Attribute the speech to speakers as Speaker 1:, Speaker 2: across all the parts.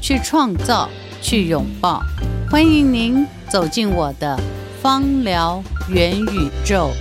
Speaker 1: 去创造，去拥抱。欢迎您走进我的芳疗元宇宙。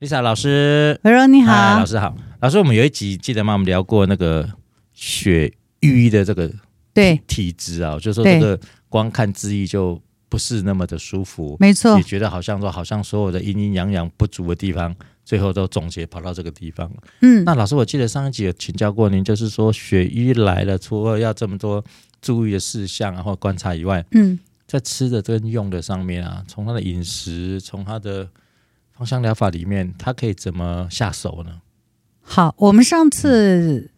Speaker 2: Lisa 老师，
Speaker 1: 维柔你
Speaker 2: 你
Speaker 1: 好
Speaker 2: 老，师好，老师，我们有一集记得吗？我们聊过那个血瘀的这个
Speaker 1: 对，
Speaker 2: 体质啊，就是说
Speaker 1: 对
Speaker 2: 这个光看字义就不是那么的舒服，
Speaker 1: 没错
Speaker 2: 也，觉得好像说好像所有的阴阴阳阳不足的地方，最后都总结跑到这个地方了。
Speaker 1: 嗯，
Speaker 2: 那老师，我记得上一集有请教过您，就是说血瘀来了，除了要这么多注意的事项啊或观察以外，
Speaker 1: 嗯，
Speaker 2: 在吃的跟用的上面啊，从他的饮食，从他的芳香疗法里面，他可以怎么下手呢？
Speaker 1: 好，我们上次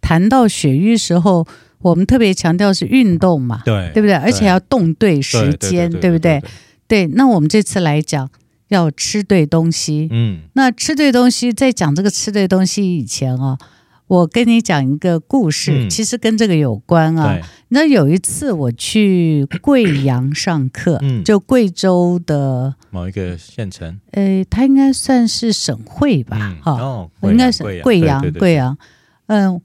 Speaker 1: 谈到血瘀时候，我们特别强调是运动嘛，
Speaker 2: 对
Speaker 1: 对不对？而且要动对时间，对不对？？对，那我们这次来讲要吃对东西，
Speaker 2: 嗯，
Speaker 1: 那吃对东西，在讲这个吃对东西以前啊，我跟你讲一个故事，
Speaker 2: 嗯
Speaker 1: 其实跟这个有关啊
Speaker 2: 对。，
Speaker 1: 那有一次我去贵阳上课，
Speaker 2: 嗯
Speaker 1: 就贵州的，
Speaker 2: 某一个县城
Speaker 1: 呃，它应该算是省会吧
Speaker 2: 嗯，
Speaker 1: 哈、
Speaker 2: 哦，
Speaker 1: 应该是贵阳，
Speaker 2: 贵
Speaker 1: 贵阳，嗯。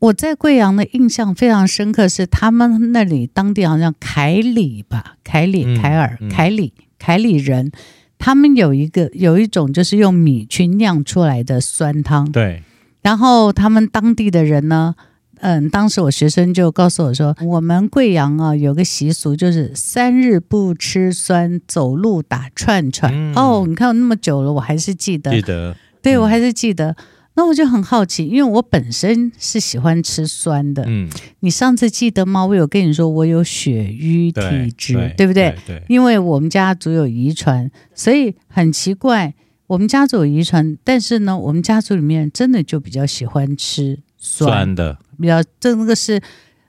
Speaker 1: 我在贵阳的印象非常深刻，是他们那里当地好像凯里吧，凯里、
Speaker 2: 嗯
Speaker 1: 凯尔、
Speaker 2: 嗯
Speaker 1: 凯里、凯里人，他们有一个有一种就是用米去酿出来的酸汤，
Speaker 2: 对
Speaker 1: 然后他们当地的人呢，嗯，当时我学生就告诉我说，我们贵阳啊有个习俗，就是三日不吃酸，走路打串串。
Speaker 2: 嗯
Speaker 1: 哦，你看我那么久了，我还是记得，
Speaker 2: 对，记得
Speaker 1: 对
Speaker 2: 嗯
Speaker 1: 我还是记得。那我就很好奇，因为我本身是喜欢吃酸的。
Speaker 2: 嗯，
Speaker 1: 你上次记得吗？我有跟你说我有血瘀
Speaker 2: 对
Speaker 1: 体质，对不对？？
Speaker 2: 对，
Speaker 1: 因为我们家族有遗传，所以很奇怪，我们家族有遗传，但是呢，我们家族里面真的就比较喜欢吃酸，
Speaker 2: 酸的
Speaker 1: 比较这那个是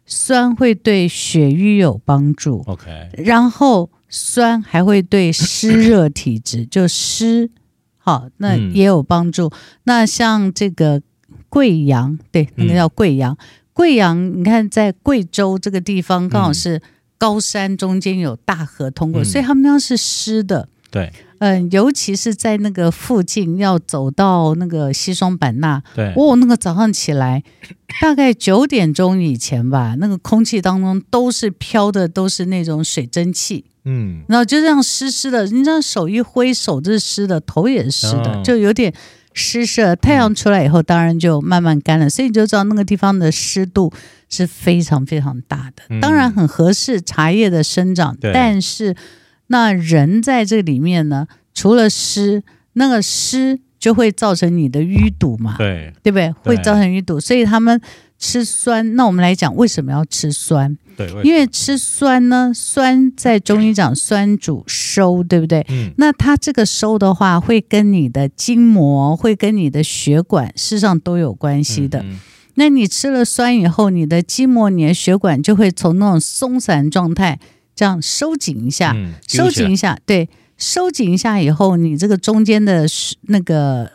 Speaker 1: 酸会对血瘀有帮助，
Speaker 2: ，OK，
Speaker 1: 然后酸还会对湿热体 质，就湿，好，那
Speaker 2: 嗯
Speaker 1: 也有帮助。那像这个贵阳，对，那个
Speaker 2: 嗯
Speaker 1: 叫贵阳，贵阳，你看在贵州这个地方，刚好
Speaker 2: 嗯
Speaker 1: 是高山中间有大河通过，
Speaker 2: 嗯
Speaker 1: 所以他们那是湿的。
Speaker 2: 对
Speaker 1: 嗯，尤其是在那个附近，要走到那个西双版纳，
Speaker 2: 对，
Speaker 1: 哦，那个早上起 来，大概九点钟以前吧，那个空气当中都是飘的，都是那种水蒸气，
Speaker 2: 嗯，
Speaker 1: 然后就这样湿湿的，你这样手一挥，手是湿的，头也是湿的，
Speaker 2: 哦
Speaker 1: 就有点湿湿。太阳出来以后，当然就慢慢干
Speaker 2: 嗯
Speaker 1: 了，所以你就知道那个地方的湿度是非常非常大的。
Speaker 2: 嗯
Speaker 1: 当然很合适茶叶的生长，
Speaker 2: 对
Speaker 1: 但是那人在这里面呢，除了湿，那个湿就会造成你的淤堵嘛，
Speaker 2: 对，
Speaker 1: 对不对？会
Speaker 2: 对
Speaker 1: 造成淤堵，所以他们吃酸。那我们来讲，为什么要吃酸？
Speaker 2: 对，
Speaker 1: 因为吃酸呢，酸在中医讲酸主收，对不对？
Speaker 2: 嗯，
Speaker 1: 那它这个收的话，会跟你的筋膜，会跟你的血管，事实上都有关系的。
Speaker 2: 嗯，
Speaker 1: 那你吃了酸以后，你的筋膜、你的血管就会从那种松散状态这样收紧一下，
Speaker 2: 嗯
Speaker 1: 啊收紧，一下，对，收紧一下以后，你这个中间的是那个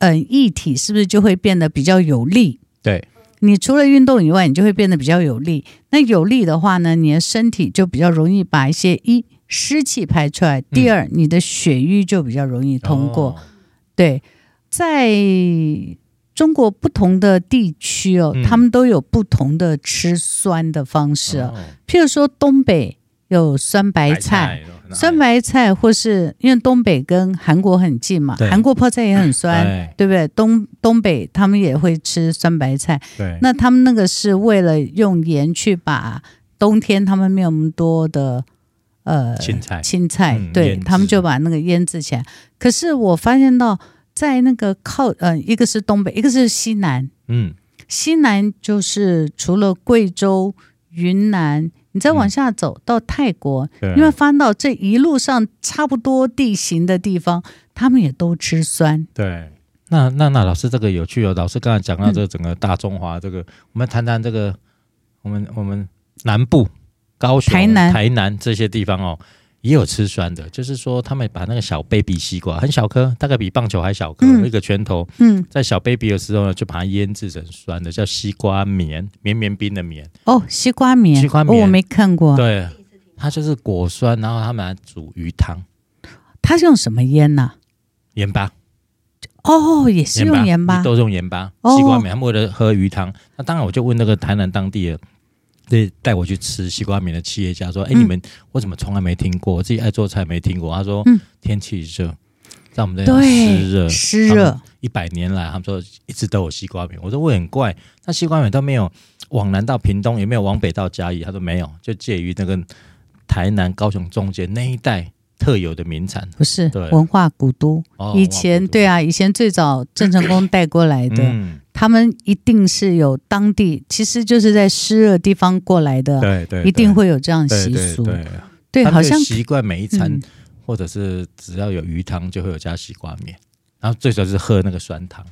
Speaker 1: 嗯、呃液体是不是就会变得比较有力？
Speaker 2: 对，
Speaker 1: 你除了运动以外，你就会变得比较有力。那有力的话呢，你的身体就比较容易把一些一湿气排出来。第二，你的血瘀就比较容易通过。
Speaker 2: 哦
Speaker 1: 对，在中国不同的地区哦，
Speaker 2: 嗯
Speaker 1: 他们都有不同的吃酸的方式、哦。譬如说东北有酸白菜，酸白菜或是因为东北跟韩国很近嘛，
Speaker 2: 对
Speaker 1: 韩国泡菜也很酸。
Speaker 2: 对
Speaker 1: 对不对？东东北他们也会吃酸白菜，
Speaker 2: 对，
Speaker 1: 那他们那个是为了用盐去把冬天他们没有那么多的呃
Speaker 2: 青菜，
Speaker 1: 青菜，
Speaker 2: 嗯
Speaker 1: 对
Speaker 2: 腌制
Speaker 1: 他们就把那个腌制起来。可是我发现到在那个靠呃，一个是东北，一个是西南，
Speaker 2: 嗯，
Speaker 1: 西南就是除了贵州、云南，你
Speaker 2: 嗯
Speaker 1: 再往下走、到泰国，
Speaker 2: 对，
Speaker 1: 你会发现到这一路上差不多地形的地方，他们也都吃酸。
Speaker 2: 对，那那那老师这个有趣哦，老师刚才讲到这个整个大中华这个，我们谈谈这个我们我们南部高雄、
Speaker 1: 台南
Speaker 2: 台南这些地方哦，也有吃酸的，就是说他们把那个小 baby 西瓜很小颗，大概比棒球还小颗，
Speaker 1: 嗯
Speaker 2: 一个拳头，
Speaker 1: 嗯，
Speaker 2: 在小 baby 的时候呢，就把它腌制成酸的，叫西瓜棉，绵绵冰的绵，
Speaker 1: 哦，西瓜棉，
Speaker 2: 西瓜
Speaker 1: 哦，
Speaker 2: 棉
Speaker 1: 我没看过，
Speaker 2: 对，它就是果酸，然后他们来煮鱼汤，
Speaker 1: 它是用什么腌呐、
Speaker 2: 盐巴。
Speaker 1: 哦，也是用盐巴，
Speaker 2: 都是用盐巴，
Speaker 1: 哦
Speaker 2: 西瓜米他们为了喝鱼汤。那当然，我就问那个台南当地的，对，带我去吃西瓜米的企业家说：“哎、
Speaker 1: 嗯
Speaker 2: 你们为什么从来没听过？我自己爱做菜没听过。”他说：“
Speaker 1: 嗯
Speaker 2: 天气热，在我们这里湿热
Speaker 1: 对，，湿
Speaker 2: 他们
Speaker 1: 热，
Speaker 2: 一百年来，他们说一直都有西瓜饼。我说我很怪，那西瓜饼都没有往南到屏东，也没有往北到嘉义。他说没有，就介于那个台南、高雄中间那一带特有的名产。
Speaker 1: 不是
Speaker 2: 对
Speaker 1: 文化古都。
Speaker 2: 哦
Speaker 1: 以前对
Speaker 2: 啊，
Speaker 1: 啊，以前最早郑成功带过来的，
Speaker 2: 嗯，
Speaker 1: 他们一定是有当地，其实就是在湿热地方过来的，
Speaker 2: 对对，
Speaker 1: 一定
Speaker 2: 对
Speaker 1: 会有这样
Speaker 2: 对
Speaker 1: 习
Speaker 2: 对
Speaker 1: 俗。
Speaker 2: 对
Speaker 1: 对
Speaker 2: 他们
Speaker 1: 好
Speaker 2: 就
Speaker 1: 像
Speaker 2: 习惯每一餐、
Speaker 1: 嗯
Speaker 2: 或者是只要有鱼汤就会有加西瓜面，然后最主要是喝那个酸汤。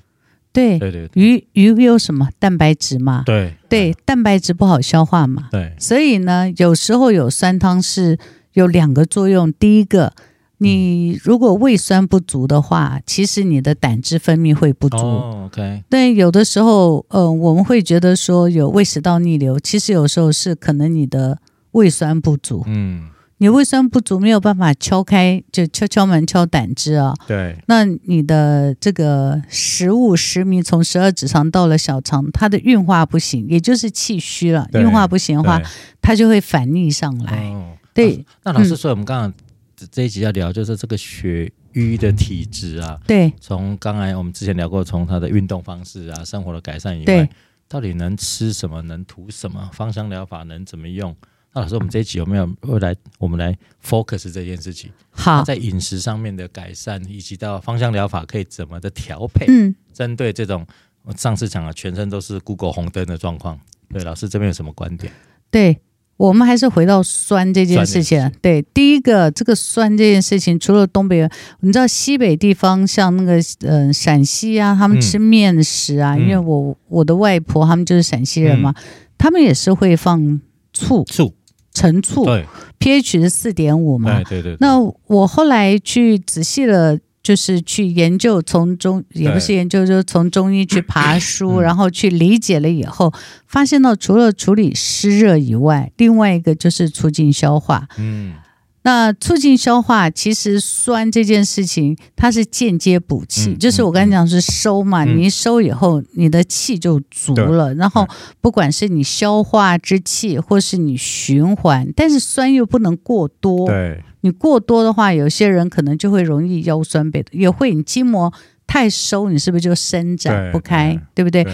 Speaker 1: 对
Speaker 2: 对对
Speaker 1: 鱼鱼有什么蛋白质嘛？
Speaker 2: 对
Speaker 1: 对，蛋白质不好消化嘛，
Speaker 2: 对
Speaker 1: 所以呢，有时候有酸汤是有两个作用。第一个，
Speaker 2: 嗯
Speaker 1: 你如果胃酸不足的话，其实你的胆汁分泌会不足。
Speaker 2: 哦，OK，
Speaker 1: 对，有的时候，呃，我们会觉得说有胃食道逆流，其实有时候是可能你的胃酸不足，
Speaker 2: 嗯，
Speaker 1: 你胃酸不足没有办法敲开，就敲敲门敲胆汁啊。
Speaker 2: 对
Speaker 1: 那你的这个食物食糜从十二指肠到了小肠，它的运化不行，也就是气虚了，
Speaker 2: 对
Speaker 1: 运化不行的话，它就会反逆上来。
Speaker 2: 哦
Speaker 1: 对
Speaker 2: 那老
Speaker 1: 嗯
Speaker 2: 师说，我们刚刚这这一集要聊就是这个血瘀的体质啊，
Speaker 1: 对，
Speaker 2: 从刚才我们之前聊过，从他的运动方式啊、生活的改善以外
Speaker 1: 对，
Speaker 2: 到底能吃什么、能涂什么、芳香疗法能怎么用？那老师，我们这一集有没有未来我们来 focus 这件事情？
Speaker 1: 好，
Speaker 2: 在饮食上面的改善，以及到芳香疗法可以怎么的调配，
Speaker 1: 嗯，
Speaker 2: 针对这种我上次讲了全身都是 Google 红灯的状况，对老师这边有什么观点？
Speaker 1: 对，我们还是回到酸这件事情
Speaker 2: 酸这件
Speaker 1: 啊
Speaker 2: 事。
Speaker 1: 对，第一个这个酸这件事情，除了东北人，你知道西北地方像那个嗯、呃陕西啊，他们
Speaker 2: 嗯
Speaker 1: 吃面食啊，
Speaker 2: 嗯
Speaker 1: 因为我我的外婆他们就是陕西人嘛，他们也是会放醋、
Speaker 2: 醋，
Speaker 1: 陈醋
Speaker 2: 对
Speaker 1: ，pH 是四点五嘛
Speaker 2: 对。对对，
Speaker 1: 那我后来去仔细的。就是去研究，从中也不是研究，就是从中医去爬书，
Speaker 2: 嗯
Speaker 1: 然后去理解了以后，发现到除了处理湿热以外，另外一个就是促进消化。
Speaker 2: 嗯
Speaker 1: 那促进消化，其实酸这件事情，它是间接补气，
Speaker 2: 嗯
Speaker 1: 就是我刚才讲是收嘛，
Speaker 2: 嗯
Speaker 1: 你一收以后，你的气就足了，然后不管是你消化之气，或是你循环，但是酸又不能过多，
Speaker 2: 对
Speaker 1: 你过多的话，有些人可能就会容易腰酸背痛，也会你筋膜太收，你是不是就伸展
Speaker 2: 对
Speaker 1: 不开，对不对？
Speaker 2: 对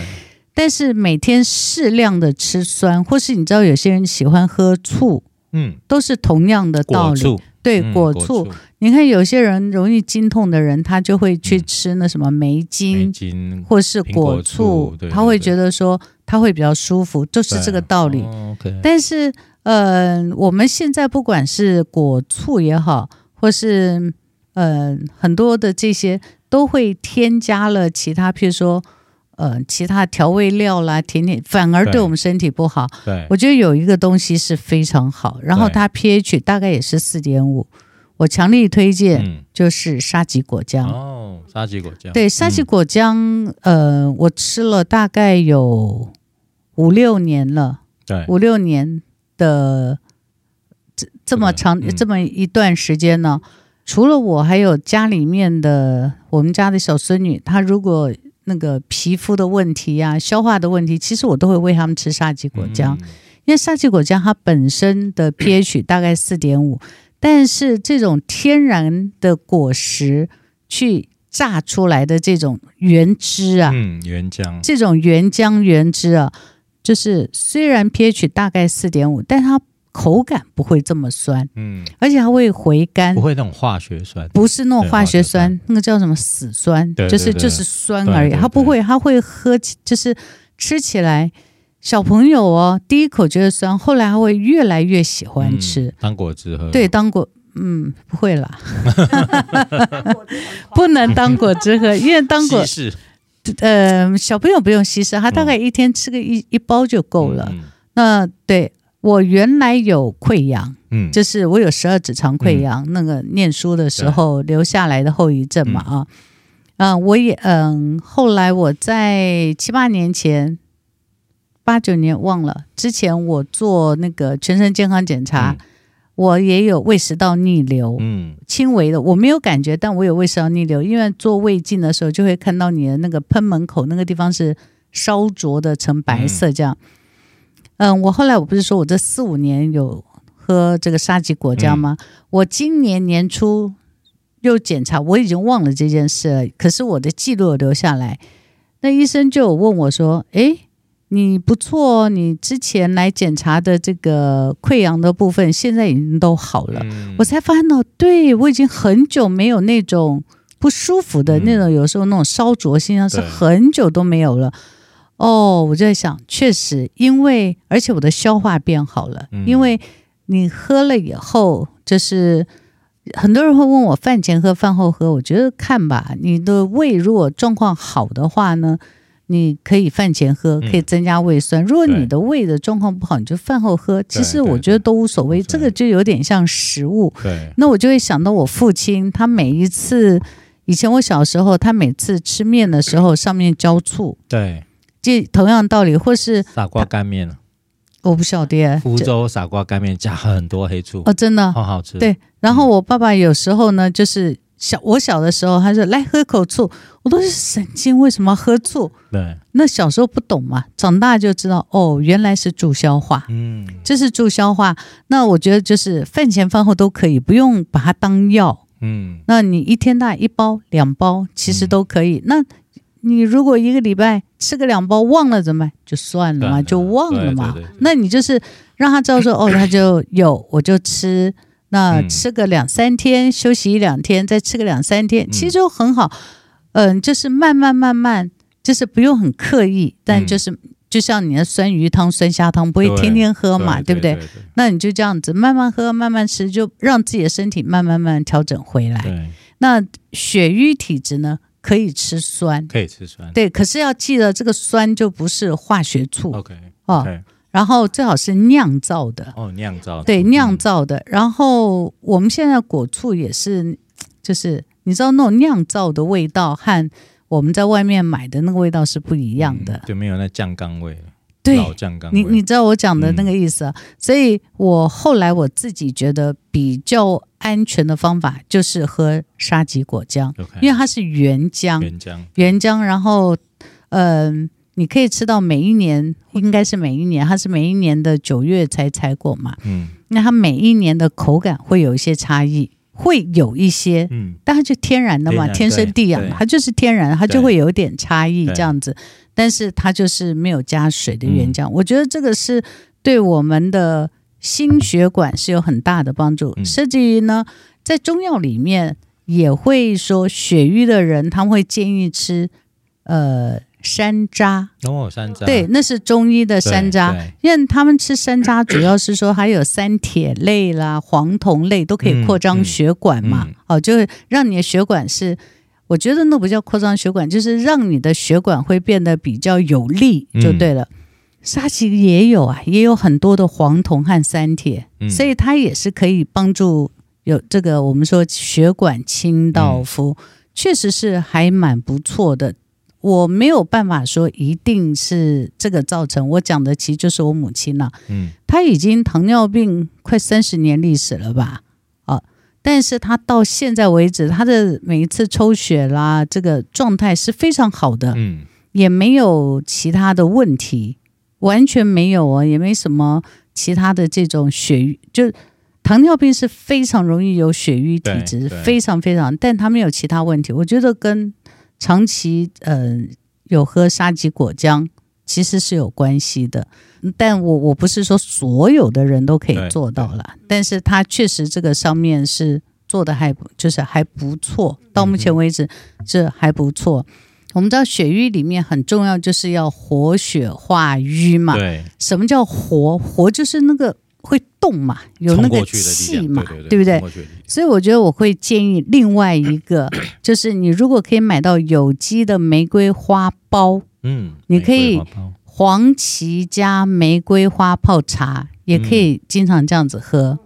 Speaker 1: 但是每天适量的吃酸，或是你知道有些人喜欢喝醋，
Speaker 2: 嗯，
Speaker 1: 都是同样的道
Speaker 2: 果
Speaker 1: 理。
Speaker 2: 醋
Speaker 1: 对，
Speaker 2: 嗯
Speaker 1: 果醋，
Speaker 2: 醋、
Speaker 1: 你看有些人容易经痛的人，他就会去吃那什么梅
Speaker 2: 嗯梅
Speaker 1: 精
Speaker 2: 精
Speaker 1: 或是果
Speaker 2: 苹果
Speaker 1: 醋
Speaker 2: 醋对，
Speaker 1: 他会觉得说他会比较舒服，就是这个道理。
Speaker 2: 哦 OK，
Speaker 1: 但是，呃，我们现在不管是果醋也好，或是呃很多的这些，都会添加了其他，譬如说呃其他调味料啦、甜点，反而对
Speaker 2: 对
Speaker 1: 我们身体不好。
Speaker 2: 对
Speaker 1: 我觉得有一个东西是非常好，然后
Speaker 2: 对
Speaker 1: 它 pH 大概也是四点五，我强力推荐
Speaker 2: 嗯
Speaker 1: 就是沙棘果浆。
Speaker 2: 哦，沙棘果酱
Speaker 1: 对，沙棘
Speaker 2: 嗯
Speaker 1: 果浆，呃，我吃了大概有五六年了。
Speaker 2: 嗯对
Speaker 1: 五六年的这这么长、
Speaker 2: 嗯
Speaker 1: 这么一段时间呢，除了我，还有家里面的我们家的小孙女，她如果那个皮肤的问题呀、消化的问题，其实我都会喂他们吃沙棘果浆，
Speaker 2: 嗯
Speaker 1: 因为沙棘果浆它本身的 pH 大概四点五，但是这种天然的果实去榨出来的这种原汁啊，
Speaker 2: 嗯，原浆
Speaker 1: 这种原浆原汁啊，就是虽然 pH 大概四点五，但它口感不会这么酸，
Speaker 2: 嗯，
Speaker 1: 而且它会回甘
Speaker 2: 不，会那种化学酸，
Speaker 1: 嗯不是那种
Speaker 2: 哦对
Speaker 1: 化学酸，
Speaker 2: 化学
Speaker 1: 那个叫什么死酸，
Speaker 2: 对
Speaker 1: 就
Speaker 2: 对
Speaker 1: 是
Speaker 2: 对
Speaker 1: 就是酸而已，
Speaker 2: 对对
Speaker 1: 它不会，它会喝起，就是吃起来。小朋友哦，第一口觉得酸，后来他会越来越喜欢
Speaker 2: 嗯
Speaker 1: 吃。
Speaker 2: 当果汁喝，
Speaker 1: 对，当果嗯，不会啦， 不能当果汁喝，因为当果
Speaker 2: 西式
Speaker 1: 呃小朋友不用稀释，他大概一天吃个一、一包就够了。
Speaker 2: 嗯
Speaker 1: 那对我原来有溃疡，
Speaker 2: 嗯，
Speaker 1: 就是我有十二指肠溃疡，那个念书的时候留下来的后遗症嘛啊。嗯、我也嗯，后来我在七八年前，八九年忘了之前，我做那个全身健康检查，我也有胃食道逆流，
Speaker 2: 嗯，
Speaker 1: 轻微的，我没有感觉，但我有胃食道逆流，因为做胃镜的时候就会看到你的那个喷门口那个地方是烧灼的，呈白色这样。嗯我后来我不是说我这四五年有喝这个沙棘果浆吗？我今年年初又检查，我已经忘了这件事了，可是我的记录有留下来。那医生就有问我说：“诶，你不错哦，你之前来检查的这个溃疡的部分，现在已经都好了。
Speaker 2: 嗯
Speaker 1: 我才发现哦，对我已经很久没有那种不舒服的
Speaker 2: 嗯
Speaker 1: 那种，有时候那种烧灼现象是
Speaker 2: 对
Speaker 1: 很久都没有了。哦，我就在想，确实，因为而且我的消化变好了，
Speaker 2: 嗯
Speaker 1: 因为你喝了以后，就是很多人会问我饭前喝饭后喝，我觉得看吧，你的胃如果状况好的话呢，你可以饭前喝，
Speaker 2: 嗯
Speaker 1: 可以增加胃酸；如果
Speaker 2: 对
Speaker 1: 你的胃的状况不好，你就饭后喝。其实
Speaker 2: 对
Speaker 1: 我觉得
Speaker 2: 对
Speaker 1: 都无所谓，
Speaker 2: 对
Speaker 1: 这个就有点像食物，
Speaker 2: 对，
Speaker 1: 那我就会想到我父亲，他每一次，以前我小时候，他每次吃面的时候上面浇醋，
Speaker 2: 对，
Speaker 1: 这同样道理，或是
Speaker 2: 傻瓜干面了，
Speaker 1: 我不晓得
Speaker 2: 福
Speaker 1: 这
Speaker 2: 州傻瓜干面加很多黑醋，
Speaker 1: 哦，真的
Speaker 2: 好好吃。
Speaker 1: 对。然后我爸爸有时候呢，就是小我小的时候，他说来喝口醋，我都是神经，为什么要喝醋？
Speaker 2: 对，
Speaker 1: 那小时候不懂嘛，长大就知道哦，原来是助消化。
Speaker 2: 嗯，
Speaker 1: 这是助消化，那我觉得就是饭前饭后都可以，不用把它当药。
Speaker 2: 嗯，
Speaker 1: 那你一天大概一包、两包，其实都可以。那你如果一个礼拜吃个两包忘了怎么办？就算了嘛，
Speaker 2: 算了
Speaker 1: 嗯就忘了嘛。
Speaker 2: 对对对
Speaker 1: 那你就是让他知道 说，哦，他就有，我就吃。那
Speaker 2: 嗯
Speaker 1: 吃个两三天，休息一两天，再吃个两三天，其实就很好。嗯、就是慢慢慢慢，就是不用很刻意，但
Speaker 2: 嗯
Speaker 1: 就是、就像你的酸鱼汤、酸虾汤，不会
Speaker 2: 对
Speaker 1: 天天喝嘛，对
Speaker 2: 对
Speaker 1: 不对？？那你就这样子慢慢喝，慢慢吃，就让自己的身体慢慢慢慢调整回来。
Speaker 2: 对，
Speaker 1: 那血瘀体质呢，可以吃酸，
Speaker 2: 可以吃酸。
Speaker 1: 对，可是要记得这个酸就不是化学醋
Speaker 2: OK，
Speaker 1: 哦，
Speaker 2: 对，
Speaker 1: 然后最好是酿造的，
Speaker 2: 哦，酿造，
Speaker 1: 对，酿造的。然后我们现在果醋也是，就是你知道那种酿造的味道和我们在外面买的那个味道是不一
Speaker 2: 一
Speaker 1: 样的，
Speaker 2: 嗯就没有那酱缸味了，
Speaker 1: 对。
Speaker 2: 老酱缸味。嗯
Speaker 1: 你你知道我讲的那个意思啊，所以我后来我自己觉得比较安全的方法就是喝沙棘果浆，
Speaker 2: OK，
Speaker 1: 因为它是原浆，
Speaker 2: 原浆，
Speaker 1: 原浆，然后嗯、你可以吃到每一年，应该是每一年，它是每一年的九月才采果嘛，
Speaker 2: 嗯
Speaker 1: 那它每一年的口感会有一些差异，会有一些，
Speaker 2: 嗯，
Speaker 1: 但它就天然的嘛，天
Speaker 2: 天然
Speaker 1: 生地养
Speaker 2: 对
Speaker 1: 嘛，
Speaker 2: 对
Speaker 1: 它就是天然，它就
Speaker 2: 对
Speaker 1: 会有一点差异
Speaker 2: 对嗯
Speaker 1: 这样子，但是它就是没有加水的原浆，我觉得这个是对我们的心血管是有很大的帮助，
Speaker 2: 嗯
Speaker 1: 甚至于呢，在中药里面也会说血瘀的人，他们会建议吃呃山楂，
Speaker 2: 哦，山楂，
Speaker 1: 对，那是中医的
Speaker 2: 对，
Speaker 1: 山楂。
Speaker 2: 对，
Speaker 1: 因为他们吃山楂，主要是说还有三铁类啦、黄酮类都可以扩张血管嘛，
Speaker 2: 嗯嗯
Speaker 1: 哦，就是让你的血管是，我觉得那不叫扩张血管，就是让你的血管会变得比较有力就对了。沙棘也有啊，也有很多的黄酮和三铁，
Speaker 2: 嗯
Speaker 1: 所以它也是可以帮助有这个我们说血管清道夫，确实是还蛮不错的。我没有办法说一定是这个造成，我讲的其实就是我母亲了、
Speaker 2: 嗯
Speaker 1: 她已经糖尿病快三十年历史了吧？啊，但是她到现在为止，她的每一次抽血啦，这个状态是非常好的。
Speaker 2: 嗯，
Speaker 1: 也没有其他的问题，完全没有哦，也没什么其他的这种血瘀，就糖尿病是非常容易有血瘀体质
Speaker 2: 对，对
Speaker 1: 非常非常，但他没有其他问题。我觉得跟长期呃有喝沙棘果浆其实是有关系的，但我我不是说所有的人都可以
Speaker 2: 对
Speaker 1: 做到了，但是他确实这个上面是做的还不就是还不错，到目
Speaker 2: 嗯
Speaker 1: 前为止这还不错。我们知道血瘀里面很重要，就是要活血化瘀嘛。
Speaker 2: 对，
Speaker 1: 什么叫活？活就是那个会动嘛，有
Speaker 2: 冲
Speaker 1: 那
Speaker 2: 过
Speaker 1: 个
Speaker 2: 去的
Speaker 1: 气
Speaker 2: 力
Speaker 1: 嘛
Speaker 2: 量，，对对
Speaker 1: 对不对？
Speaker 2: 冲过去的力量
Speaker 1: 所以我觉得我会建议另外一个，就是你如果可以买到有机的玫瑰花苞，
Speaker 2: 嗯，
Speaker 1: 你
Speaker 2: 玫
Speaker 1: 可
Speaker 2: 瑰
Speaker 1: 以
Speaker 2: 花苞
Speaker 1: 黄芪加玫瑰花泡茶，也可以经常这样子
Speaker 2: 嗯
Speaker 1: 喝。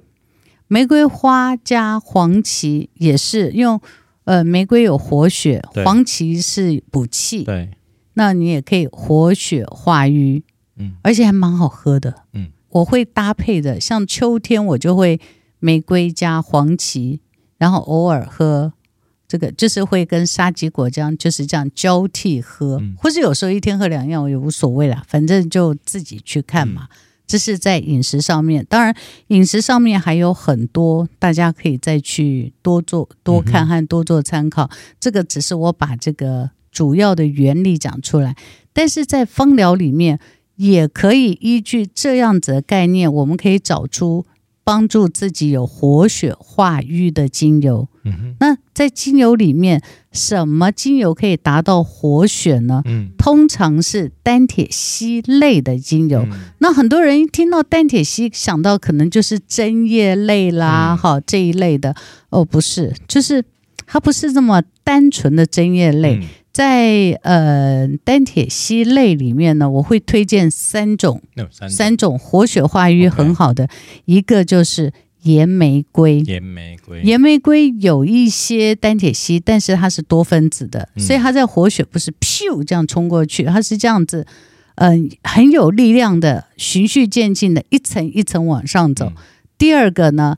Speaker 1: 玫瑰花加黄芪也是用，呃，玫瑰有活血，
Speaker 2: 对
Speaker 1: 黄芪是补气，
Speaker 2: 对，
Speaker 1: 那你也可以活血化瘀，
Speaker 2: 嗯
Speaker 1: 而且还蛮好喝的。
Speaker 2: 嗯，
Speaker 1: 我会搭配的，像秋天我就会玫瑰加黄芪，然后偶尔喝这个，就是会跟沙棘果这样就是这样交替喝，
Speaker 2: 嗯
Speaker 1: 或是有时候一天喝两样我也无所谓啦，反正就自己去看嘛。这是在饮食上面，当然饮食上面还有很多，大家可以再去多做多看和多做参考。这个只是我把这个主要的原理讲出来，但是在芳疗里面，也可以依据这样子的概念，我们可以找出帮助自己有活血化瘀的精油。
Speaker 2: 嗯哼，
Speaker 1: 那在精油里面，什么精油可以达到活血呢？
Speaker 2: 嗯，
Speaker 1: 通常是单铁烯类的精油。
Speaker 2: 嗯
Speaker 1: 那很多人一听到单铁烯，想到可能就是针叶类啦，
Speaker 2: 嗯
Speaker 1: 哈、这一类的。哦，不是，就是它不是这么单纯的针叶类。，
Speaker 2: 嗯
Speaker 1: 在呃单铁烯类里面呢，我会推荐三种
Speaker 2: 那有嗯三
Speaker 1: 三种活血化瘀
Speaker 2: OK
Speaker 1: 很好的一个就是岩玫瑰。
Speaker 2: 野玫瑰，
Speaker 1: 岩玫瑰有一些单铁烯，但是它是多分子的，
Speaker 2: 嗯
Speaker 1: 所以它在活血不是咻这样冲过去，它是这样子，嗯、很有力量的，循序渐进的，一层一层往上走。
Speaker 2: 嗯
Speaker 1: 第二个呢，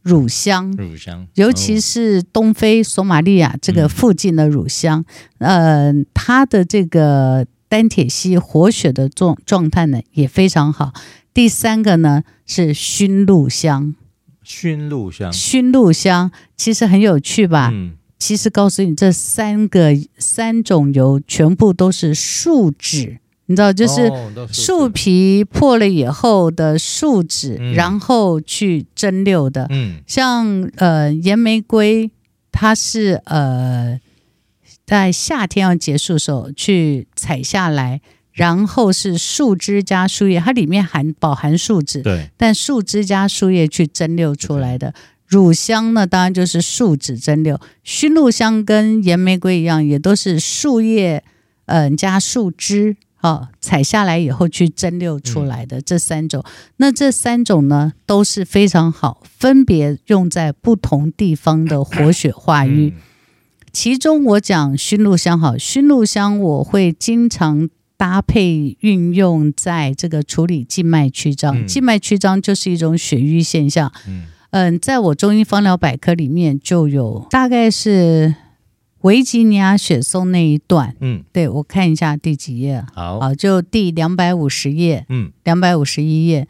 Speaker 1: 乳香，
Speaker 2: 乳香，
Speaker 1: 尤其是东非索马利亚这个
Speaker 2: 哦嗯
Speaker 1: 附近的乳香，嗯、它的这个单铁烯活血的状状态呢也非常好。第三个呢是熏鹿香，
Speaker 2: 哦熏鹿香，
Speaker 1: 熏鹿香其实很有趣吧？
Speaker 2: 嗯，
Speaker 1: 其实告诉你，这三个三种油全部都是树脂，你知道，就是
Speaker 2: 哦都是
Speaker 1: 树皮破了以后的树脂，
Speaker 2: 嗯
Speaker 1: 然后去蒸馏的。
Speaker 2: 嗯，
Speaker 1: 像呃岩玫瑰，它是呃在夏天要结束的时候去采下来，然后是树枝加树叶，它里面含饱含树脂，
Speaker 2: 对，
Speaker 1: 但树枝加树叶去蒸馏出来的。乳香呢，当然就是树脂蒸馏；熏鹿香跟岩玫瑰一样，也都是树叶，嗯、加树枝，哦，采下来以后去蒸馏出来
Speaker 2: 嗯
Speaker 1: 的、这三种。那这三种呢，都是非常好，分别用在不同地方的活血化瘀。
Speaker 2: 嗯
Speaker 1: 其中我讲熏鹿香好，熏鹿香我会经常搭配运用在这个处理静脉曲张。
Speaker 2: 嗯
Speaker 1: 静脉曲张就是一种血瘀现象。
Speaker 2: 嗯
Speaker 1: 嗯，在我中医方疗百科里面就有，大概是维吉尼亚雪松那一段。
Speaker 2: 嗯，
Speaker 1: 对我看一下第几页啊，
Speaker 2: 好，
Speaker 1: 好，就第两百五十页、
Speaker 2: 嗯，
Speaker 1: 两百五十一页。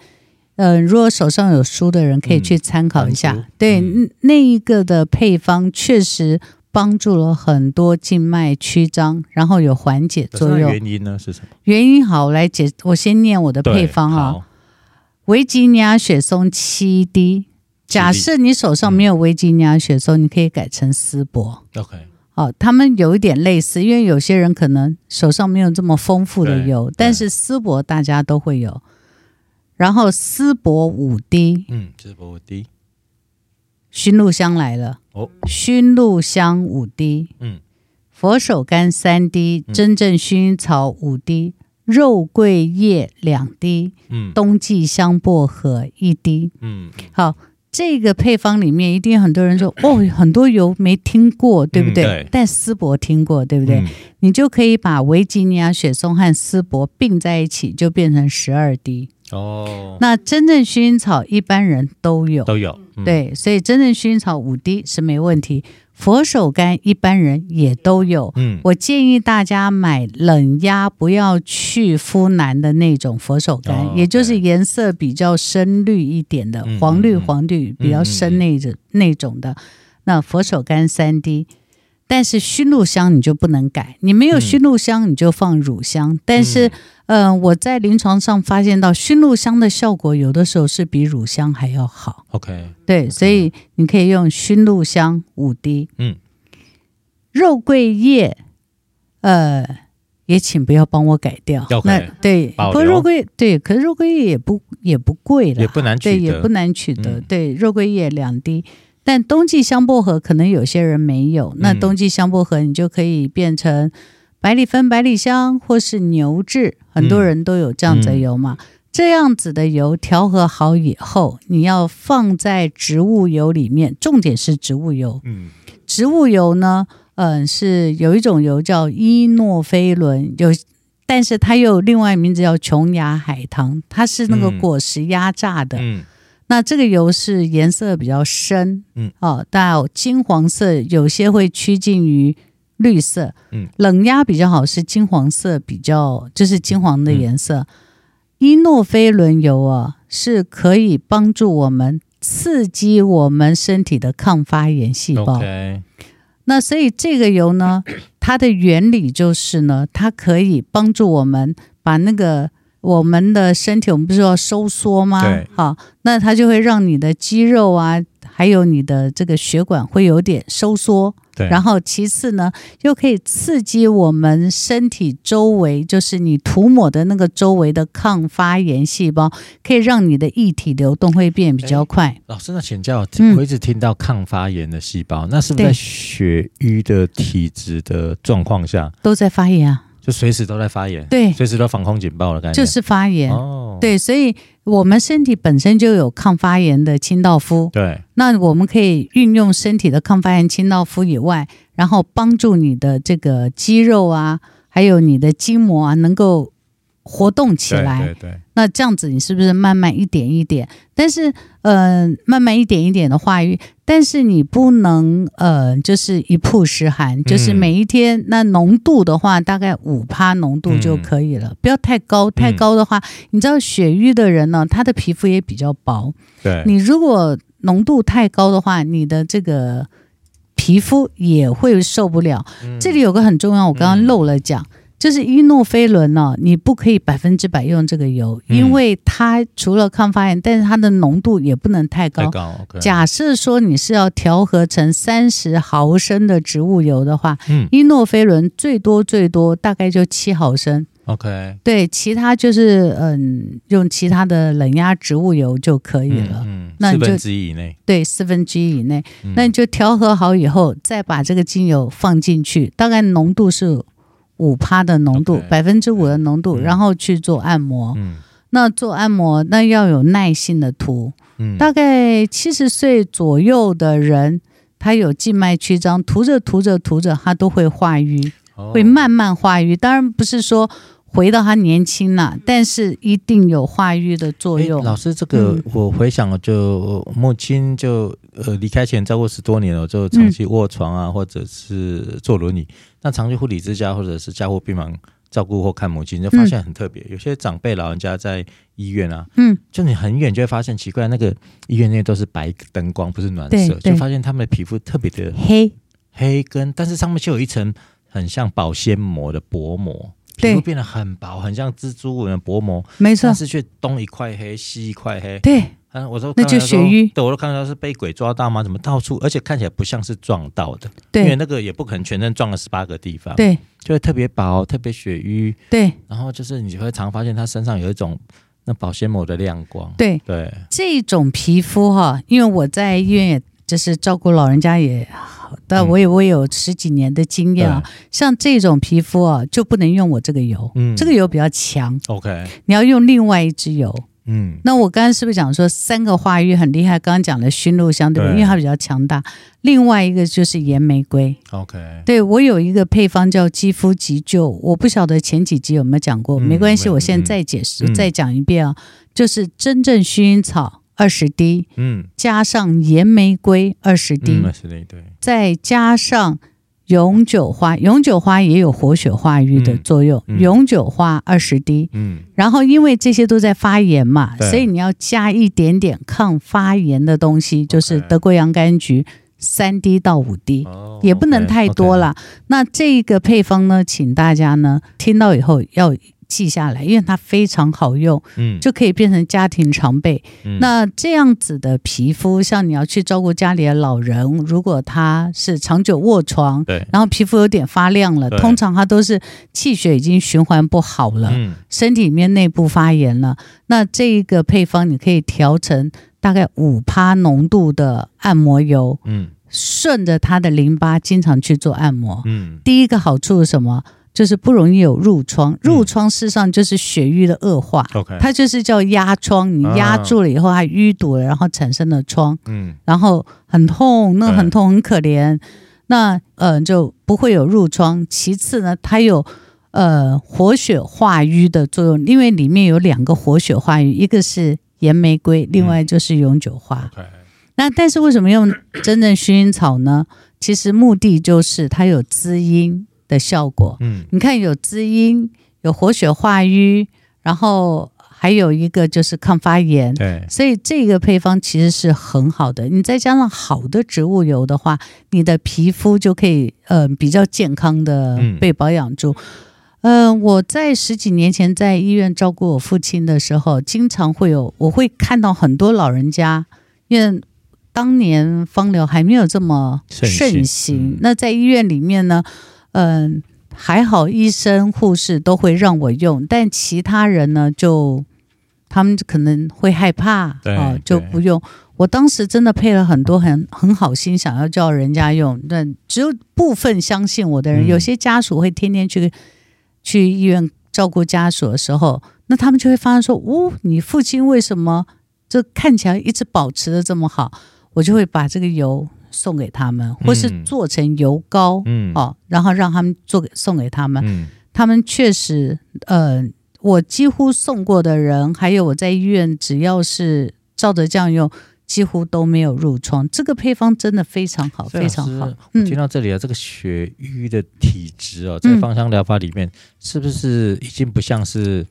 Speaker 1: 嗯、如果手上有书的人可以去参考一下。
Speaker 2: 嗯
Speaker 1: 对，
Speaker 2: 嗯
Speaker 1: 嗯那一个的配方确实帮助了很多静脉曲张，然后有缓解
Speaker 2: 可是
Speaker 1: 作
Speaker 2: 那
Speaker 1: 用。
Speaker 2: 原因呢是什么？
Speaker 1: 原因好，我来解，我先念我的
Speaker 2: 对
Speaker 1: 配方啊、
Speaker 2: 好
Speaker 1: 维吉尼亚雪松七滴。假设你手上没有
Speaker 2: 嗯
Speaker 1: 维吉尼亚雪松，你可以改成丝柏。
Speaker 2: ，OK，
Speaker 1: 哦，它们有一点类似，因为有些人可能手上没有这么丰富的
Speaker 2: 对
Speaker 1: 油
Speaker 2: 对，
Speaker 1: 但是丝柏大家都会有。然后丝柏五滴，
Speaker 2: 嗯，这是博迪，
Speaker 1: 熏鹿香来了，
Speaker 2: 哦，
Speaker 1: 熏鹿香五滴，
Speaker 2: 嗯，
Speaker 1: 佛手柑三滴，
Speaker 2: 嗯
Speaker 1: 真正薰衣草五滴，肉桂叶两滴，
Speaker 2: 嗯
Speaker 1: 冬季香薄荷一滴。
Speaker 2: 嗯，
Speaker 1: 好，这个配方里面一定很多人说，哦，很多油没听过，对不对？
Speaker 2: 嗯对
Speaker 1: 但思博听过，对不
Speaker 2: 对
Speaker 1: 对？你就可以把维吉尼亚雪松和丝柏并在一起，就变成十二滴。
Speaker 2: 哦，
Speaker 1: 那真正薰衣草一般人都有，
Speaker 2: 都有，嗯，
Speaker 1: 对，所以真正薰衣草五滴是没问题，佛手柑一般人也都有。
Speaker 2: 嗯，
Speaker 1: 我建议大家买冷压，不要去肤蓝的那种佛手柑，
Speaker 2: 哦
Speaker 1: 也就是
Speaker 2: 对
Speaker 1: 颜色比较深绿一点的，
Speaker 2: 嗯
Speaker 1: 黄绿
Speaker 2: 嗯嗯
Speaker 1: 黄绿比较深那种、那种的。那佛手柑三滴，但是熏鹿香你就不能改，你没有
Speaker 2: 嗯
Speaker 1: 熏鹿香你就放乳香，但是。嗯、我在临床上发现到熏鹿香的效果，有的时候是比乳香还要好。
Speaker 2: OK，
Speaker 1: 对，所以你可以用熏鹿香五滴，
Speaker 2: 嗯，
Speaker 1: 肉桂叶，呃，也请不要帮我改掉。
Speaker 2: OK
Speaker 1: 那对，
Speaker 2: 保
Speaker 1: 不过
Speaker 2: 留
Speaker 1: 肉桂对，可是肉桂叶也不也不贵了，
Speaker 2: 也不难取
Speaker 1: 对，也
Speaker 2: 得
Speaker 1: 不难取得。
Speaker 2: 嗯
Speaker 1: 对，肉桂叶两滴，但冬季香薄荷可能有些人没有，那
Speaker 2: 嗯
Speaker 1: 冬季香薄荷你就可以变成百里芬、百里香或是牛至，很多
Speaker 2: 嗯
Speaker 1: 人都有这样子的
Speaker 2: 嗯
Speaker 1: 油嘛。这样子的油调和好以后，你要放在植物油里面，重点是植物油。
Speaker 2: 嗯，
Speaker 1: 植物油呢，嗯、是有一种油叫伊诺菲伦，有，但是它又有另外名字叫琼崖海棠，它是那个
Speaker 2: 嗯
Speaker 1: 果实压榨的。
Speaker 2: 嗯
Speaker 1: 那这个油是颜色比较深，
Speaker 2: 嗯，
Speaker 1: 哦，到金黄色，有些会趋近于绿色，
Speaker 2: 嗯，
Speaker 1: 冷压比较好，是金黄色比较，就是金黄的颜
Speaker 2: 嗯
Speaker 1: 色。伊诺菲伦油啊，是可以帮助我们刺激我们身体的抗发炎细胞。
Speaker 2: ，OK，
Speaker 1: 那所以这个油 呢，它的原理就是呢，它可以帮助我们把那个我们的身体，我们不是要收缩吗？
Speaker 2: 对，
Speaker 1: 好，那它就会让你的肌肉啊，还有你的这个血管会有点收缩。
Speaker 2: 对，
Speaker 1: 然
Speaker 2: 后
Speaker 1: 后其次呢，又可以刺激我们身体周围，就是你涂抹的那个周围的抗发炎细胞，可以让你的液体流动会变比
Speaker 2: 哎
Speaker 1: 较快。
Speaker 2: 老师，那请教，
Speaker 1: 嗯
Speaker 2: 我一直听到抗发炎的细胞，那是不是
Speaker 1: 对
Speaker 2: 在血瘀的体质的状况下，
Speaker 1: 都在发炎啊，
Speaker 2: 就随时都在发炎？
Speaker 1: 对
Speaker 2: 随时都防空警报的概念，
Speaker 1: 就是发炎。
Speaker 2: 哦，
Speaker 1: 对，所以我们身体本身就有抗发炎的清道夫，
Speaker 2: 对，
Speaker 1: 那我们可以运用身体的抗发炎清道夫以外，然后帮助你的这个肌肉啊，还有你的筋膜啊，能够活动起
Speaker 2: 对
Speaker 1: 来。
Speaker 2: 对对，
Speaker 1: 那这样子，你是不是慢慢一点一点？但是，呃，慢慢一点一点的话语，但是你不能，呃，就是一曝十寒，就是
Speaker 2: 嗯
Speaker 1: 每一天、那浓度的话，大概五趴浓度就
Speaker 2: 嗯
Speaker 1: 可以了，不要太高。太
Speaker 2: 嗯
Speaker 1: 高的话，你知道血瘀的人呢，他的皮肤也比较薄，
Speaker 2: 对，
Speaker 1: 你如果浓度太高的话，你的这个皮肤也会受不了。
Speaker 2: 嗯
Speaker 1: 这里有个很重要，我刚刚漏了讲，就是伊诺菲伦呢、你不可以百分之百用这个油，
Speaker 2: 嗯
Speaker 1: 因为它除了抗发炎，但是它的浓度也不能太高。
Speaker 2: 太高，OK，
Speaker 1: 假设说你是要调和成三十毫升的植物油的话，
Speaker 2: 嗯
Speaker 1: 伊诺菲伦最多最多大概就七毫升，
Speaker 2: ，OK，
Speaker 1: 对，其他就是嗯用其他的冷压植物油就可以了。
Speaker 2: 嗯，
Speaker 1: 那
Speaker 2: 四
Speaker 1: 你就
Speaker 2: 分之一以内，
Speaker 1: 对，四分之一以内，
Speaker 2: 嗯
Speaker 1: 那你就调和好以后，再把这个精油放进去，大概浓度是五趴的浓度，
Speaker 2: OK
Speaker 1: 百分之五的浓度，
Speaker 2: 嗯
Speaker 1: 然后去做按摩。
Speaker 2: 嗯
Speaker 1: 那做按摩，那要有耐性的涂。
Speaker 2: 嗯，
Speaker 1: 大概七十岁左右的人，他有静脉曲张，涂着涂着涂着，他都会化瘀，
Speaker 2: 哦
Speaker 1: 会慢慢化瘀。当然不是说回到他年轻了，但是一定有化瘀的作
Speaker 2: 嗯诶
Speaker 1: 用。
Speaker 2: 老师，这个
Speaker 1: 嗯
Speaker 2: 我回想了，就我母亲就呃离开前超过十多年了，就长期卧床啊，或者是坐轮椅。那长期护理之家或者是家护病房照顾或看母亲，就发现很特别。有些长辈老人家在医院啊，
Speaker 1: 嗯，
Speaker 2: 就你很远就会发现奇怪，那个医院内都是白灯光，不是暖色，
Speaker 1: 对对
Speaker 2: 就发现他们的皮肤特别的
Speaker 1: 黑
Speaker 2: 黑跟，但是上面就有一层很像保鲜膜的薄膜。
Speaker 1: 对啊
Speaker 2: 皮肤变得很薄，很像蜘蛛纹的薄膜，
Speaker 1: 没错
Speaker 2: 但，是却东一块黑，西一块黑，
Speaker 1: 对。
Speaker 2: 啊，我都
Speaker 1: 那
Speaker 2: 看
Speaker 1: 就
Speaker 2: 到
Speaker 1: 血
Speaker 2: 说
Speaker 1: 瘀
Speaker 2: 对，我都看到是被鬼抓到吗？怎么到处，而且看起来不像是撞到的，因为
Speaker 1: 对
Speaker 2: 那个也不可能全身撞了十八个地方，，
Speaker 1: 对
Speaker 2: 就会特别薄，特别血瘀，
Speaker 1: 对
Speaker 2: 然后就是你会常发现他身上有一种那保鲜膜的亮光，
Speaker 1: 对，
Speaker 2: 对，
Speaker 1: 这种皮肤哈，因为我在医院也就是照顾老人家也，但
Speaker 2: 嗯
Speaker 1: 我也我也有十几年的经验啊。像这种皮肤啊，就不能用我这个油，
Speaker 2: 嗯
Speaker 1: 这个油比较强，
Speaker 2: ，OK，
Speaker 1: 你要用另外一支油。
Speaker 2: 嗯，
Speaker 1: 那我刚刚是不是讲说三个化瘀很厉害？刚刚讲了熏鹿香，对不对？
Speaker 2: 对
Speaker 1: 因为它比较强大。另外一个就是岩玫瑰，
Speaker 2: ，OK，
Speaker 1: 对我有一个配方叫肌肤急救，我不晓得前几集有没有讲过，
Speaker 2: 嗯
Speaker 1: 没关系，
Speaker 2: 没
Speaker 1: 我现在
Speaker 2: 嗯
Speaker 1: 再解释、
Speaker 2: 嗯
Speaker 1: 再讲一遍啊，就是真正薰衣草二十滴，
Speaker 2: 嗯，
Speaker 1: 加上岩玫瑰二十滴，
Speaker 2: 嗯，是的，对，
Speaker 1: 再加上永久花，永久花也有活血化瘀的
Speaker 2: 嗯
Speaker 1: 作用，
Speaker 2: 嗯
Speaker 1: 永久花二十滴。
Speaker 2: 嗯，
Speaker 1: 然后，因为这些都在发炎嘛，
Speaker 2: 对
Speaker 1: 所以你要加一点点抗发炎的东西，就是德国洋甘菊三滴到五滴。
Speaker 2: 哦
Speaker 1: 也不能
Speaker 2: OK，
Speaker 1: 太多
Speaker 2: OK，
Speaker 1: 了。那这一个配方呢，请大家呢听到以后要记下来，因为它非常好用，
Speaker 2: 嗯，
Speaker 1: 就可以变成家庭常备。
Speaker 2: 嗯
Speaker 1: 那这样子的皮肤，像你要去照顾家里的老人，如果他是长久卧床，
Speaker 2: 对，
Speaker 1: 然后皮肤有点发亮了，
Speaker 2: 对
Speaker 1: 通常它都是气血已经循环不好了，
Speaker 2: 嗯
Speaker 1: 身体里面内部发炎了。那这一个配方你可以调成大概五趴浓度的按摩油，
Speaker 2: 嗯
Speaker 1: 顺着它的淋巴经常去做按摩。
Speaker 2: 嗯
Speaker 1: 第一个好处是什么？就是不容易有褥疮，褥疮事实上就是血瘀的恶化。
Speaker 2: ，OK，
Speaker 1: 它就是叫压疮，你压住了以后，它淤堵了，然后产生了疮，
Speaker 2: 嗯
Speaker 1: 然后很痛，那
Speaker 2: 对
Speaker 1: 很痛，很可怜。那嗯、呃就不会有褥疮。其次呢，它有呃活血化瘀的作用，因为里面有两个活血化瘀，一个是岩玫瑰，另外就是永久花。
Speaker 2: ，OK，
Speaker 1: 那但是为什么用真正薰衣草呢？其实目的就是它有滋阴的效果。
Speaker 2: 嗯
Speaker 1: 你看有滋阴，有活血化瘀，然后还有一个就是抗发炎。
Speaker 2: 对，
Speaker 1: 所以这个配方其实是很好的，你再加上好的植物油的话，你的皮肤就可以呃比较健康的
Speaker 2: 嗯
Speaker 1: 被保养住。呃，我在十几年前在医院照顾我父亲的时候，经常会有我会看到很多老人家，因为当年芳疗还没有这么
Speaker 2: 盛行
Speaker 1: 盛
Speaker 2: 嗯
Speaker 1: 行，那在医院里面呢，嗯、还好医生护士都会让我用，但其他人呢就他们可能会害怕啊、
Speaker 2: 对
Speaker 1: 哦就
Speaker 2: 对
Speaker 1: 不用。我当时真的配了很多很很好心想要叫人家用，但只有部分相信我的人，
Speaker 2: 嗯
Speaker 1: 有些家属会天天去去医院照顾家属的时候，那他们就会发现说：“哦，你父亲为什么这看起来一直保持的这么好？”我就会把这个油送给他们，或是
Speaker 2: 嗯
Speaker 1: 做成油膏、
Speaker 2: 嗯
Speaker 1: 哦，然后让他们做给送给他们。
Speaker 2: 嗯
Speaker 1: 他们确实，呃，我几乎送过的人，还有我在医院，只要是照着这样用，几乎都没有褥疮。这个配方真的非常好，
Speaker 2: 所以
Speaker 1: 非常
Speaker 2: 老
Speaker 1: 好
Speaker 2: 师。我听
Speaker 1: 嗯，
Speaker 2: 到这里啊，这个血瘀的体质哦，在
Speaker 1: 嗯
Speaker 2: 芳香疗法里面，是不是已经不像是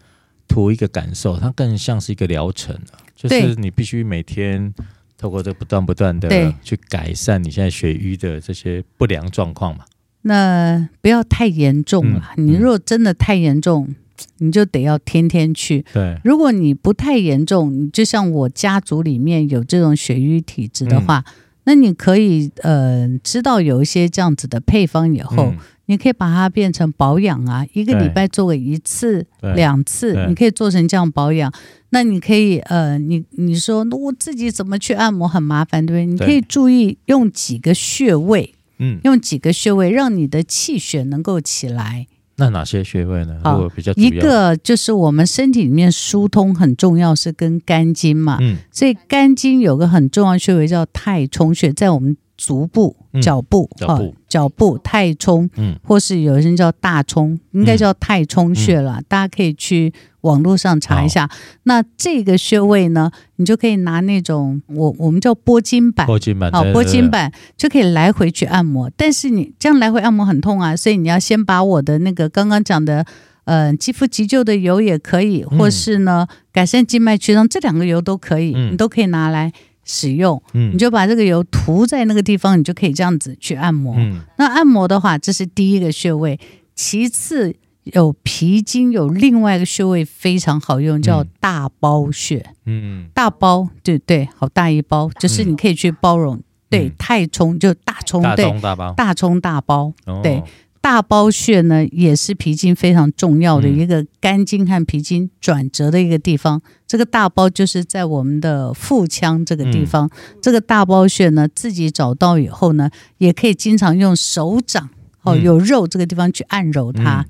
Speaker 2: 图一个感受，它更像是一个疗程了？就
Speaker 1: 对
Speaker 2: 是你必须每天透过这不断不断的
Speaker 1: 对
Speaker 2: 去改善你现在血瘀的这些不良状况嘛？
Speaker 1: 那不要太严重了。
Speaker 2: 嗯
Speaker 1: 你
Speaker 2: 嗯
Speaker 1: 如果真的太严重，你就得要天天去。
Speaker 2: 对，
Speaker 1: 如果你不太严重，你就像我家族里面有这种血瘀体质的话，
Speaker 2: 嗯
Speaker 1: 那你可以呃知道有一些这样子的配方以后，
Speaker 2: 嗯
Speaker 1: 你可以把它变成保养啊，一个
Speaker 2: 对
Speaker 1: 礼拜做个一次、
Speaker 2: 对
Speaker 1: 两
Speaker 2: 对
Speaker 1: 次，你可以做成这样保养。那你可以呃，你你说那我自己怎么去按摩很麻烦，对不对？你
Speaker 2: 对
Speaker 1: 可以注意用几个穴位，
Speaker 2: 嗯，
Speaker 1: 用几个穴位让你的气血能够起来。
Speaker 2: 那哪些穴位呢？
Speaker 1: 好
Speaker 2: 如果比较主要
Speaker 1: 一，个就是我们身体里面疏通很重要，是跟肝经嘛，
Speaker 2: 嗯
Speaker 1: 所以肝经有个很重要的穴位叫太冲穴，在我们足部
Speaker 2: 嗯、
Speaker 1: 脚部、
Speaker 2: 脚部
Speaker 1: 哦脚部太冲。
Speaker 2: 嗯
Speaker 1: 或是有人叫大冲，应该叫太冲穴
Speaker 2: 嗯
Speaker 1: 了，大家可以去网络上查一下。那这个穴位呢，你就可以拿那种我我们叫拨筋板。
Speaker 2: 拨筋板，
Speaker 1: 啊好，
Speaker 2: 啊对
Speaker 1: 哦拨筋，板就可以来回去按摩，但是你这样来回按摩很痛啊，所以你要先把我的那个刚刚讲的，呃，肌肤急救的油也可以，
Speaker 2: 嗯
Speaker 1: 或是呢改善静脉曲张这两个油都可以，
Speaker 2: 嗯
Speaker 1: 你都可以拿来使用，
Speaker 2: 对对
Speaker 1: 你
Speaker 2: 嗯
Speaker 1: 就把这个油涂在那个地方，你就可以这样子去按摩。
Speaker 2: 嗯
Speaker 1: 那按摩的话，这是第一个穴位，其次有脾经有另外一个穴位非常好用，叫
Speaker 2: 嗯
Speaker 1: 大包穴。
Speaker 2: 嗯
Speaker 1: 大包，对对，好大一包，就是你可以去包容，对
Speaker 2: 嗯，
Speaker 1: 太冲就大冲
Speaker 2: 嗯，，大
Speaker 1: 对，
Speaker 2: 中大包，
Speaker 1: 大冲大包。
Speaker 2: 哦
Speaker 1: 对，大包穴呢，也是脾经非常重要的
Speaker 2: 嗯
Speaker 1: 一个肝经和脾经转折的一个地方。这个大包就是在我们的腹腔这个地方。
Speaker 2: 嗯
Speaker 1: 这个大包穴呢，自己找到以后呢，也可以经常用手掌哦，
Speaker 2: 嗯
Speaker 1: 有肉这个地方去按揉它。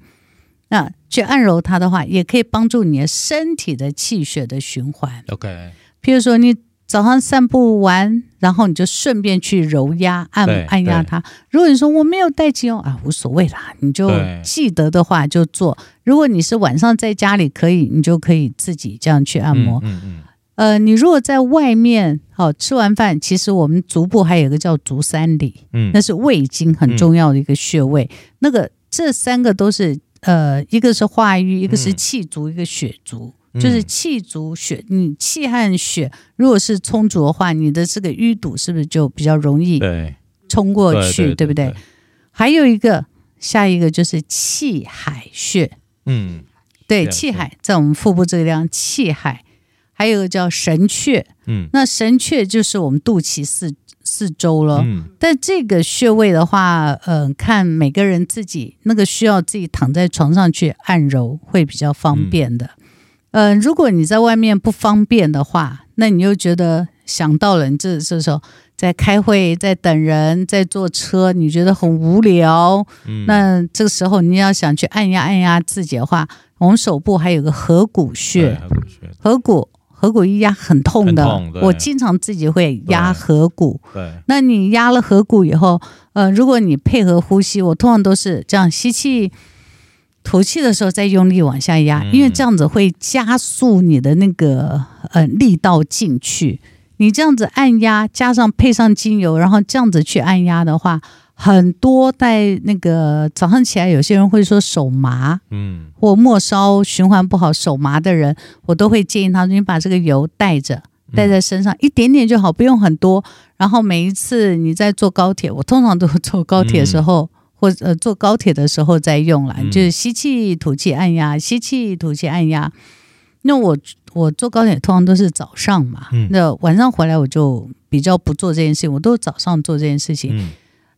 Speaker 1: 那去按揉它的话，也可以帮助你的身体的气血的循环。
Speaker 2: ，OK，
Speaker 1: 譬如说你早上散步完，然后你就顺便去揉压、按
Speaker 2: 对
Speaker 1: 按压
Speaker 2: 对
Speaker 1: 它。如果你说我没有带精油啊，无所谓啦，你就
Speaker 2: 对
Speaker 1: 记得的话就做。如果你是晚上在家里可以，你就可以自己这样去按摩。
Speaker 2: 嗯嗯
Speaker 1: 呃，你如果在外面好、吃完饭，其实我们足部还有一个叫足三里，
Speaker 2: 嗯
Speaker 1: 那是胃经很重要的一个穴位。那个这三个都是呃，一个是化瘀，一个是
Speaker 2: 嗯
Speaker 1: 气足，一个血足。
Speaker 2: 嗯，
Speaker 1: 就是气足血，你气和血如果是充足的话，你的这个淤堵是不是就比较容易
Speaker 2: 对
Speaker 1: 冲过去，
Speaker 2: 对
Speaker 1: 不对？？还有一个，下一个就是气海穴。
Speaker 2: 嗯，
Speaker 1: 对，
Speaker 2: 对
Speaker 1: 气
Speaker 2: 对
Speaker 1: 海在我们腹部这个地方，气海，还有一个叫神阙，
Speaker 2: 嗯
Speaker 1: 那神阙就是我们肚脐四四周了。
Speaker 2: 嗯
Speaker 1: 但这个穴位的话，嗯、看每个人自己那个需要自己躺在床上去按揉会比较方便的。嗯、如果你在外面不方便的话，那你又觉得想到了你这这时候在开会、在等人、在坐车，你觉得很无聊，
Speaker 2: 嗯，
Speaker 1: 那这个时候你要想去按压按压自己的话，我们手部还有个合谷穴，
Speaker 2: 对合谷穴，
Speaker 1: 合谷合谷一压很痛的，
Speaker 2: 很痛对
Speaker 1: 我经常自己会压
Speaker 2: 对
Speaker 1: 合谷。
Speaker 2: 对，
Speaker 1: 那你压了合谷以后，呃，如果你配合呼吸，我通常都是这样吸气、吐气的时候再用力往下压，
Speaker 2: 嗯
Speaker 1: 因为这样子会加速你的那个呃力道进去。你这样子按压，加上配上精油，然后这样子去按压的话，很多在那个早上起来，有些人会说手麻，
Speaker 2: 嗯
Speaker 1: 或末梢循环不好、手麻的人，我都会建议他说：“你把这个油带着，
Speaker 2: 嗯
Speaker 1: 带在身上、一点点就好，不用很多。然后每一次你在坐高铁，我通常都坐高铁的时候，或者呃坐高铁的时候再用啦，
Speaker 2: 嗯
Speaker 1: 就是吸气、吐气、按压，吸气、吐气、按压。那我我坐高铁通常都是早上嘛，
Speaker 2: 嗯
Speaker 1: 那晚上回来我就比较不做这件事情，我都是早上做这件事情。
Speaker 2: 嗯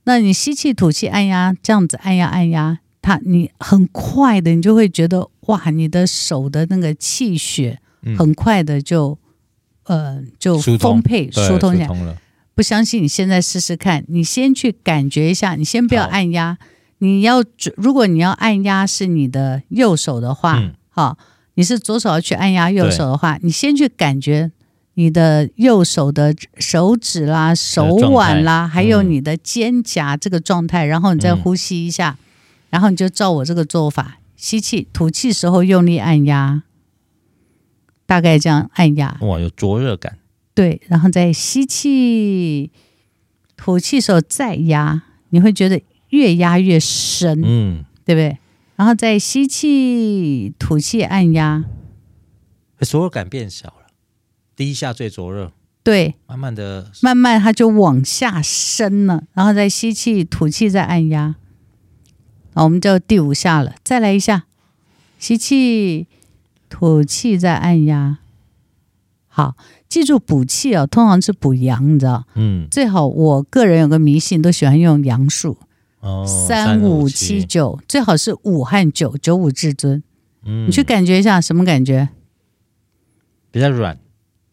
Speaker 1: 那你吸气、吐气、按压，这样子按压、按压，它你很快的，你就会觉得哇，你的手的那个气血
Speaker 2: 嗯，
Speaker 1: 很快的就，呃，就
Speaker 2: 疏通
Speaker 1: 丰沛、
Speaker 2: 对
Speaker 1: 疏通起来。
Speaker 2: 了，
Speaker 1: 不相信，你现在试试看，你先去感觉一下，你先不要
Speaker 2: 好
Speaker 1: 按压，你要准如果你要按压是你的右手的话，
Speaker 2: 嗯
Speaker 1: 好，你是左手要去按压右手的话，你先去感觉你的右手的手指啦、手腕啦，还有你的肩胛这个状态，然后你再呼吸一下，然后你就照我这个做法，吸气、吐气时候用力按压，大概这样按压，
Speaker 2: 哇，有灼热感，
Speaker 1: 对，然后再吸气、吐气时候再压，你会觉得越压越深，
Speaker 2: 嗯，
Speaker 1: 对不对？然后再吸气、吐气按压，
Speaker 2: 哎灼热感变小了，第一下最灼热，
Speaker 1: 对，
Speaker 2: 慢慢的，
Speaker 1: 慢慢它就往下伸了，然后再吸气、吐气再按压。好，我们就第五下了，再来一下，吸气、吐气再按压。好，记住补气哦，通常是补阳，你知道？
Speaker 2: 嗯，
Speaker 1: 最好我个人有个迷信，都喜欢用阳数，
Speaker 2: 哦，
Speaker 1: 三五七，九，最好是五和九，九五至尊。
Speaker 2: 嗯，
Speaker 1: 你去感觉一下什么感觉？
Speaker 2: 比较软，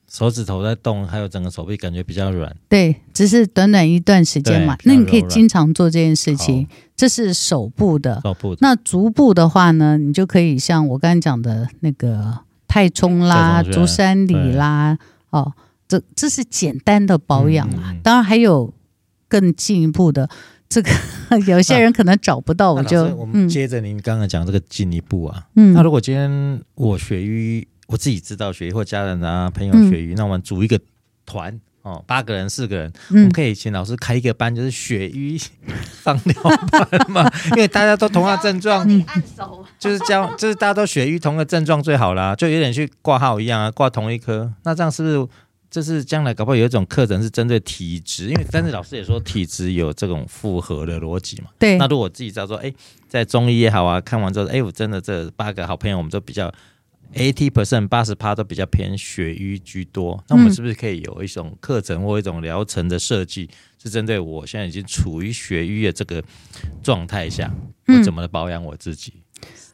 Speaker 2: 手指头在动，还有整个手臂感觉比较软，
Speaker 1: 对，只是短短一段时间嘛，
Speaker 2: 对
Speaker 1: 那你可以
Speaker 2: 比较柔软
Speaker 1: 经常做这件事情。这是手部的，
Speaker 2: 手部
Speaker 1: 那足部的话呢，你就可以像我刚才讲的那个太冲啦、
Speaker 2: 太冲穴
Speaker 1: 竹山里啦，哦，这这是简单的保养啦。
Speaker 2: 嗯嗯嗯
Speaker 1: 当然还有更进一步的，这个 有些人可能找不到，
Speaker 2: 那
Speaker 1: 我
Speaker 2: 老
Speaker 1: 就
Speaker 2: 师我们
Speaker 1: 嗯
Speaker 2: 接着您刚刚讲这个进一步啊，
Speaker 1: 嗯
Speaker 2: 那如果今天我学医，我自己知道学医或家人啊朋友
Speaker 1: 嗯
Speaker 2: 学医，那我们组一个团哦，八个人、四个人，我
Speaker 1: 嗯
Speaker 2: 们可以请老师开一个班，就是血瘀放疗班嘛，因为大家都同样症状，就是这样，就是大家都血瘀同个症状最好啦，就有点去挂号一样啊，挂同一科，那这样是不是？就是将来搞不好有一种课程是针对体质，因为但是老师也说体质有这种复合的逻辑嘛。
Speaker 1: 对
Speaker 2: 那如果我自己知道说，哎、在中医也好啊，看完之后，哎、我真的这八个好朋友，我们都比较 eighty percent 八十趴都比较偏血瘀居多，那我们
Speaker 1: 嗯
Speaker 2: 是不是可以有一种课程或一种疗程的设计，是针对我现在已经处于血瘀的这个状态下，
Speaker 1: 嗯
Speaker 2: 我怎么保养我自己？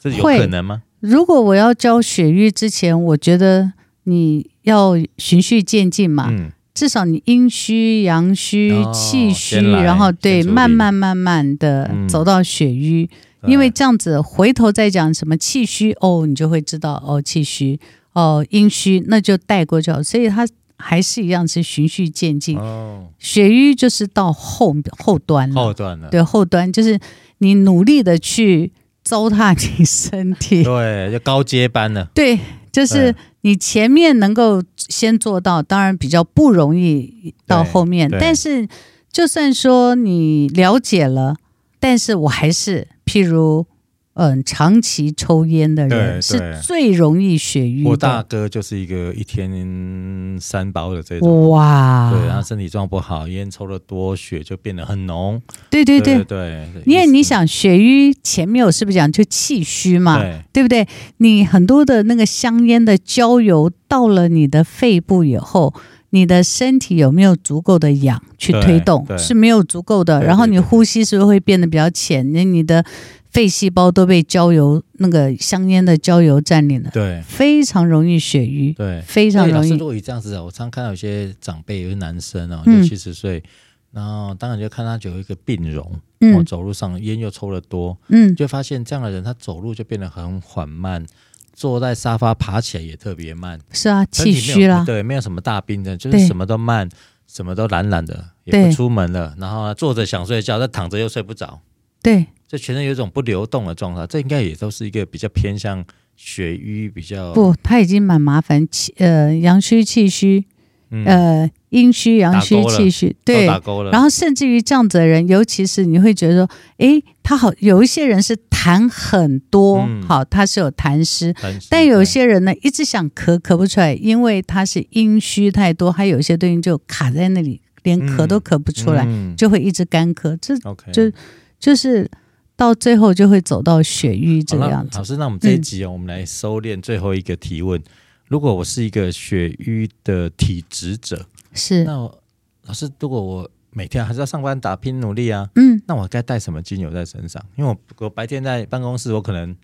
Speaker 2: 这有
Speaker 1: 会
Speaker 2: 可能吗？
Speaker 1: 如果我要教雪域之前，我觉得你要循序渐进嘛，
Speaker 2: 嗯，
Speaker 1: 至少你阴虚、阳虚、
Speaker 2: 哦
Speaker 1: 气虚，
Speaker 2: 先来
Speaker 1: 然后
Speaker 2: 先
Speaker 1: 对，
Speaker 2: 处理
Speaker 1: 慢慢慢慢的
Speaker 2: 嗯
Speaker 1: 走到血瘀，
Speaker 2: 对
Speaker 1: 因为这样子回头再讲什么气虚哦，你就会知道哦，气虚哦，阴虚，那就带过就好。所以它还是一样是循序渐进，
Speaker 2: 哦，
Speaker 1: 血瘀就是到后后端了，
Speaker 2: 后段了，
Speaker 1: 嗯对后端就是你努力的去糟蹋你身
Speaker 2: 哦
Speaker 1: 体，
Speaker 2: 对，就高阶班了，
Speaker 1: 对，就是
Speaker 2: 对
Speaker 1: 你前面能够先做到，当然比较不容易到后面。
Speaker 2: 对对
Speaker 1: 但是就算说你了解了，但是我还是譬如嗯、长期抽烟的
Speaker 2: 对
Speaker 1: 人是
Speaker 2: 对
Speaker 1: 最容易血瘀
Speaker 2: 我大
Speaker 1: 的。
Speaker 2: 哥就是一个一天三包的这种，
Speaker 1: 哇，
Speaker 2: 对，啊然后身体状况不好，烟抽的多，血就变得很浓。
Speaker 1: 对对对
Speaker 2: 对对，
Speaker 1: 因为你想血瘀前面我是不是讲就气虚嘛，
Speaker 2: 对
Speaker 1: 对不对？你很多的那个香烟的焦油到了你的肺部以后，你的身体有没有足够的氧去推动
Speaker 2: 对对
Speaker 1: 是没有足够的，
Speaker 2: 对对
Speaker 1: 然后你呼吸是不是会变得比较浅？那你的肺细胞都被焦油那个香烟的焦油占领了，
Speaker 2: 对
Speaker 1: 非常容易血瘀，
Speaker 2: 对，
Speaker 1: 非常
Speaker 2: 对，老
Speaker 1: 容
Speaker 2: 师，
Speaker 1: 易
Speaker 2: 如。果以这样子啊，我常看到有些长辈，有些男生哦，
Speaker 1: 嗯
Speaker 2: 六七十岁，然后当然就看他有一个病容，哦，
Speaker 1: 嗯
Speaker 2: 走路上烟又抽得多，
Speaker 1: 嗯
Speaker 2: 你，就会发现这样的人，他走路就变得很缓慢，坐在沙发爬起来也特别慢，
Speaker 1: 是啊，
Speaker 2: 身体
Speaker 1: 气
Speaker 2: 没有
Speaker 1: 虚啦，
Speaker 2: 对，没有什么大病的，就
Speaker 1: 对
Speaker 2: 是什么都慢，什么都懒懒的，也
Speaker 1: 对
Speaker 2: 不出门了，然后呢啊坐着想睡觉，但躺着又睡不着，
Speaker 1: 对
Speaker 2: 这全身有一种不流动的状态，这应该也都是一个比较偏向血瘀比较
Speaker 1: 不，他已经蛮麻烦，气呃阳虚气虚，
Speaker 2: 嗯
Speaker 1: 呃阴虚阳虚
Speaker 2: 打勾了
Speaker 1: 气虚，
Speaker 2: 都
Speaker 1: 对，
Speaker 2: 打勾了，
Speaker 1: 然后甚至于这样子的人，尤其是你会觉得说，诶，他好，有一些人是痰很多，
Speaker 2: 嗯
Speaker 1: 好，他是有痰湿。
Speaker 2: 很实
Speaker 1: 但有
Speaker 2: 在
Speaker 1: 些人呢，一直想咳咳不出来，因为他是阴虚太多，还有一些东西就卡在那里，连咳都咳不出来，
Speaker 2: 嗯
Speaker 1: 就会一直干咳。这
Speaker 2: OK，
Speaker 1: 就就是到最后就会走到血瘀这
Speaker 2: 好那
Speaker 1: 样子
Speaker 2: 老。师，那我们这一
Speaker 1: 嗯
Speaker 2: 集哦，我们来收敛最后一个提问。如果我是一个血瘀的体质者，
Speaker 1: 是，
Speaker 2: 那我老师，如果我每天还是要上班打拼努力啊，
Speaker 1: 嗯，
Speaker 2: 那我该带什么精油在身上？因为我我白天在办公室，我可能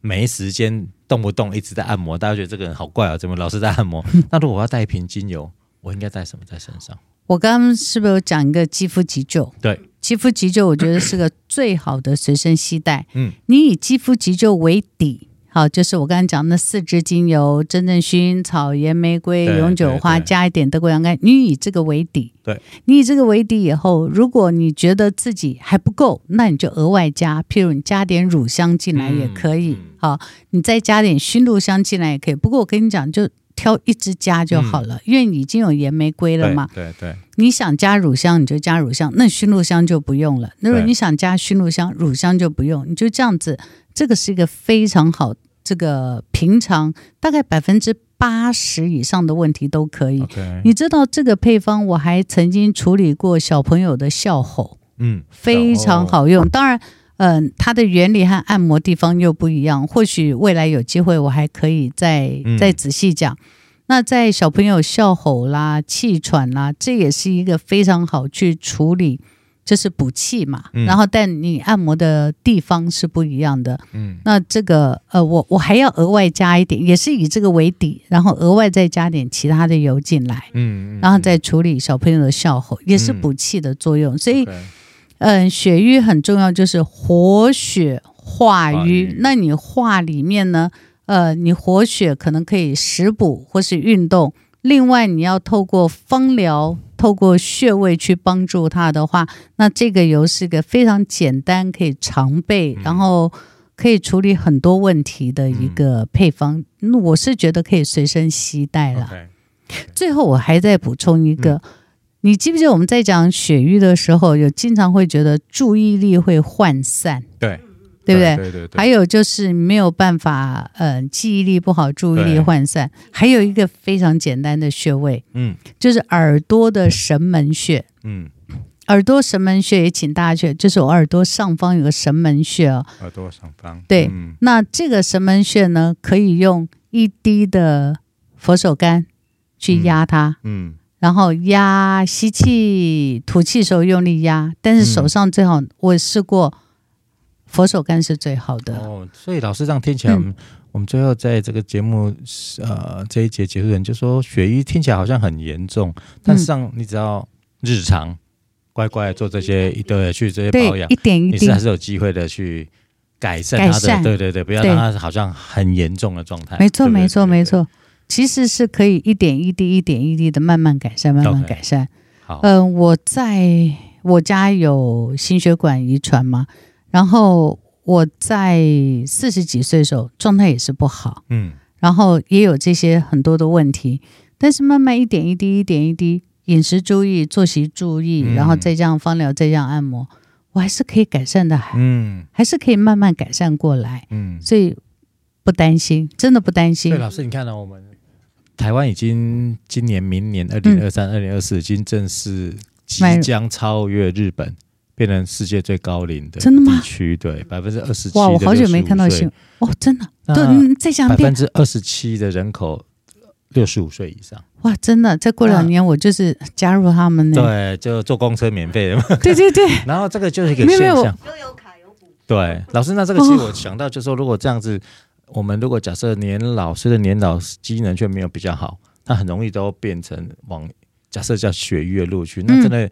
Speaker 2: 没时间，动不动一直在按摩，大家觉得这个人好怪啊，怎么老是在 按摩？那如果我要带一瓶精油，我应该带什么在身上？
Speaker 1: 我刚刚是不是有讲一个肌肤急救？
Speaker 2: 对，
Speaker 1: 肌肤急救我觉得是个最好的随身携带。
Speaker 2: 嗯，
Speaker 1: 你以肌肤急救为底，好，就是我刚才讲的四支精油、真正薰、草盐玫瑰、
Speaker 2: 对
Speaker 1: 永久花，
Speaker 2: 对对
Speaker 1: 加一点德国洋甘，你以这个为底。
Speaker 2: 对，
Speaker 1: 你以这个为底以后，如果你觉得自己还不够，那你就额外加，譬如你加点乳香进来也可以，
Speaker 2: 嗯嗯
Speaker 1: 好，你再加点熏乳香进来也可以。不过我跟你讲，就挑一支加就好
Speaker 2: 嗯
Speaker 1: 了，因为你已经有盐玫瑰了
Speaker 2: 对
Speaker 1: 嘛。
Speaker 2: 对对，
Speaker 1: 你想加乳香，你就加乳香，那熏乳香就不用了。那如果
Speaker 2: 对
Speaker 1: 你想加熏乳香，乳香就不用，你就这样子。这个是一个非常好，这个平常大概百分之八十以上的问题都可以。
Speaker 2: OK，
Speaker 1: 你知道这个配方，我还曾经处理过小朋友的笑吼，
Speaker 2: 嗯，
Speaker 1: 非常好
Speaker 2: 哦
Speaker 1: 用。当然，嗯、它的原理和按摩地方又不一样，或许未来有机会我还可以再、
Speaker 2: 嗯
Speaker 1: 再仔细讲。那在小朋友笑吼啦、气喘啦，这也是一个非常好去处理，就是补气嘛。
Speaker 2: 嗯
Speaker 1: 然后，但你按摩的地方是不一样的。
Speaker 2: 嗯，
Speaker 1: 那这个呃，我我还要额外加一点，也是以这个为底，然后额外再加点其他的油进来，
Speaker 2: 嗯嗯，
Speaker 1: 然后再处理小朋友的笑吼，也是补气的作用。所以
Speaker 2: OK，
Speaker 1: 嗯，血瘀很重要，就是活血化
Speaker 2: 化
Speaker 1: 瘀
Speaker 2: 瘀。
Speaker 1: 那你化里面呢，呃，你活血可能可以食补或是运动，另外你要透过芳疗，透过穴位去帮助它的话，那这个油是个非常简单可以常备，然后可以处理很多问题的一个配方。那我是觉得可以随身携带啦。
Speaker 2: OK，
Speaker 1: 最后我还再补充一个，你记不记得我们在讲血瘀的时候，有经常会觉得注意力会涣散，
Speaker 2: 对
Speaker 1: 对不对？
Speaker 2: 对对对，
Speaker 1: 还有就是没有办法，嗯、记忆力不好，注意力
Speaker 2: 对
Speaker 1: 涣散。还有一个非常简单的穴位，
Speaker 2: 嗯
Speaker 1: 就是耳朵的神门穴。
Speaker 2: 嗯，
Speaker 1: 耳朵神门穴也请大家去，就是我耳朵上方有个神门穴哦。
Speaker 2: 耳朵上方，
Speaker 1: 对
Speaker 2: 嗯
Speaker 1: 那这个神门穴呢，可以用一滴的佛手柑去压它。
Speaker 2: 嗯
Speaker 1: 然后压吸气、吐气时候用力压，但是
Speaker 2: 嗯
Speaker 1: 手上最好、我试过佛手柑是最好的。
Speaker 2: 哦，所以老师这样听起
Speaker 1: 嗯
Speaker 2: 来，我们我们最后在这个节目呃这一节结束前就说，血瘀听起来好像很严重，但
Speaker 1: 嗯
Speaker 2: 实际上你只要日常乖乖地做这些，对，去这些保
Speaker 1: 对
Speaker 2: 养，
Speaker 1: 一，点一
Speaker 2: 你是
Speaker 1: 滴
Speaker 2: 还，是有机会的去改善它
Speaker 1: 改善
Speaker 2: 的，对对对，不要
Speaker 1: 对
Speaker 2: 让它好像很严重的状态，
Speaker 1: 没错，
Speaker 2: 对不对
Speaker 1: 没错，
Speaker 2: 对对
Speaker 1: 没错。其实是可以一点一滴、一点一滴的慢慢改善，慢慢
Speaker 2: OK 哦
Speaker 1: 改善。
Speaker 2: 好，
Speaker 1: 嗯、我在我家有心血管遗传嘛，然后我在四十几岁的时候状态也是不好，
Speaker 2: 嗯
Speaker 1: 然后也有这些很多的问题，但是慢慢一点一滴，一点一滴，饮食注意，作息注意，
Speaker 2: 嗯
Speaker 1: 然后再这样芳疗，再这样按摩，我还是可以改善的，还
Speaker 2: 嗯
Speaker 1: 还是可以慢慢改善过来，
Speaker 2: 嗯，
Speaker 1: 所以不担心，真的不担心
Speaker 2: 对，。老师，你看到、哦我们台湾已经今年、明
Speaker 1: 嗯
Speaker 2: 年二零二三、二零二四已经正式即
Speaker 1: 迈入
Speaker 2: 将超越日本，变成世界最高龄的
Speaker 1: 真的吗
Speaker 2: 地区，对，百分之二十七。
Speaker 1: 哇，我好久没看到新闻哦，真的，对，
Speaker 2: 那
Speaker 1: 嗯再想一
Speaker 2: 百
Speaker 1: 遍
Speaker 2: 分，之二十七的人口六十五岁以上，
Speaker 1: 哇，真的，再过
Speaker 2: 啊
Speaker 1: 两年我就是加入他们呢。
Speaker 2: 对，就坐公车免费的嘛。
Speaker 1: 对对对，
Speaker 2: 然后这个就是一个
Speaker 1: 没有没
Speaker 2: 现
Speaker 1: 有
Speaker 2: 象。对，老师，那这个其实我想到，就是说，如果这样子，我们如果假设年老师的年老机能却没有比较好，那很容易都变成往假设叫血月路去。那
Speaker 1: 嗯
Speaker 2: 真的，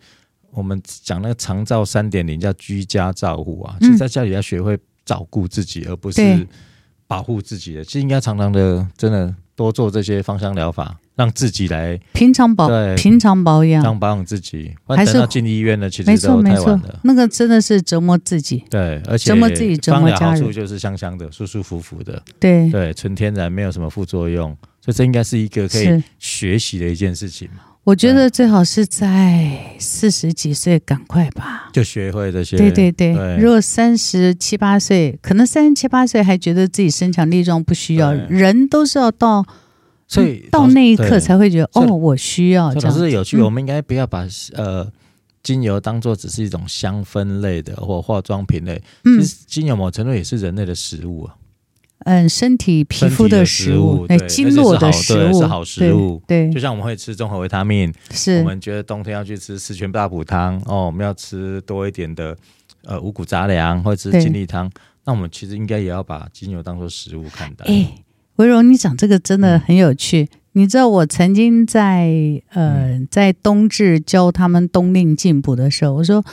Speaker 2: 我们讲那个长照三点零叫居家照护啊，其实
Speaker 1: 嗯
Speaker 2: 在家里要学会照顾自己，而不是
Speaker 1: 对
Speaker 2: 保护自己的。其实应该常常的，真的多做这些芳香疗法，让自己来
Speaker 1: 平常保
Speaker 2: 对
Speaker 1: 平常保养，
Speaker 2: 当保养自己。不
Speaker 1: 嗯还
Speaker 2: 然
Speaker 1: 是
Speaker 2: 等到进医院了，其
Speaker 1: 没
Speaker 2: 实
Speaker 1: 错
Speaker 2: 都
Speaker 1: 没
Speaker 2: 太晚
Speaker 1: 错
Speaker 2: 了。，
Speaker 1: 那个真的是折磨自己。
Speaker 2: 对，而且
Speaker 1: 折磨自己折
Speaker 2: 芳
Speaker 1: 磨
Speaker 2: 疗
Speaker 1: 家
Speaker 2: 好处
Speaker 1: 人
Speaker 2: 就是香香的、舒舒服服的，
Speaker 1: 对，
Speaker 2: 对，纯天然，没有什么副作用，所以这应该是一个可以
Speaker 1: 是，
Speaker 2: 学习的一件事情嘛，
Speaker 1: 我觉得最好是在四十几岁赶快吧。
Speaker 2: 就学会这些。
Speaker 1: 对对对，
Speaker 2: 对
Speaker 1: 如果三十七八岁，可能三十七八岁还觉得自己身强力壮不需要，
Speaker 2: 对
Speaker 1: 人都是要到
Speaker 2: 所以
Speaker 1: 嗯到那一刻
Speaker 2: 对
Speaker 1: 才会觉得
Speaker 2: 所
Speaker 1: 哦
Speaker 2: 以，
Speaker 1: 我需要
Speaker 2: 所以
Speaker 1: 这样
Speaker 2: 老师
Speaker 1: 子。
Speaker 2: 有趣，
Speaker 1: 嗯
Speaker 2: 我们应该不要把呃精油当做只是一种香氛类的或化妆品类，
Speaker 1: 嗯
Speaker 2: 其实精油某程度也是人类的食物啊，
Speaker 1: 嗯，身体皮
Speaker 2: 身体
Speaker 1: 肤
Speaker 2: 的
Speaker 1: 食
Speaker 2: 食物
Speaker 1: 哎，
Speaker 2: 对
Speaker 1: 经
Speaker 2: 而且是
Speaker 1: 络
Speaker 2: 好
Speaker 1: 的食
Speaker 2: 对
Speaker 1: 物
Speaker 2: 是好食
Speaker 1: 对
Speaker 2: 物
Speaker 1: 对
Speaker 2: 就像我们会吃综合维他命，我
Speaker 1: 是，
Speaker 2: 们觉得冬天要去吃四全大补汤哦，我们要吃多一点的呃五谷杂粮，或者吃
Speaker 1: 对
Speaker 2: 精力汤。那我们其实应该也要把精油当做食物看待。
Speaker 1: 哎，维荣，你讲这个真
Speaker 2: 嗯
Speaker 1: 的很有趣。你知道我曾经在呃
Speaker 2: 嗯
Speaker 1: 在冬至教他们冬令进补的时候，我说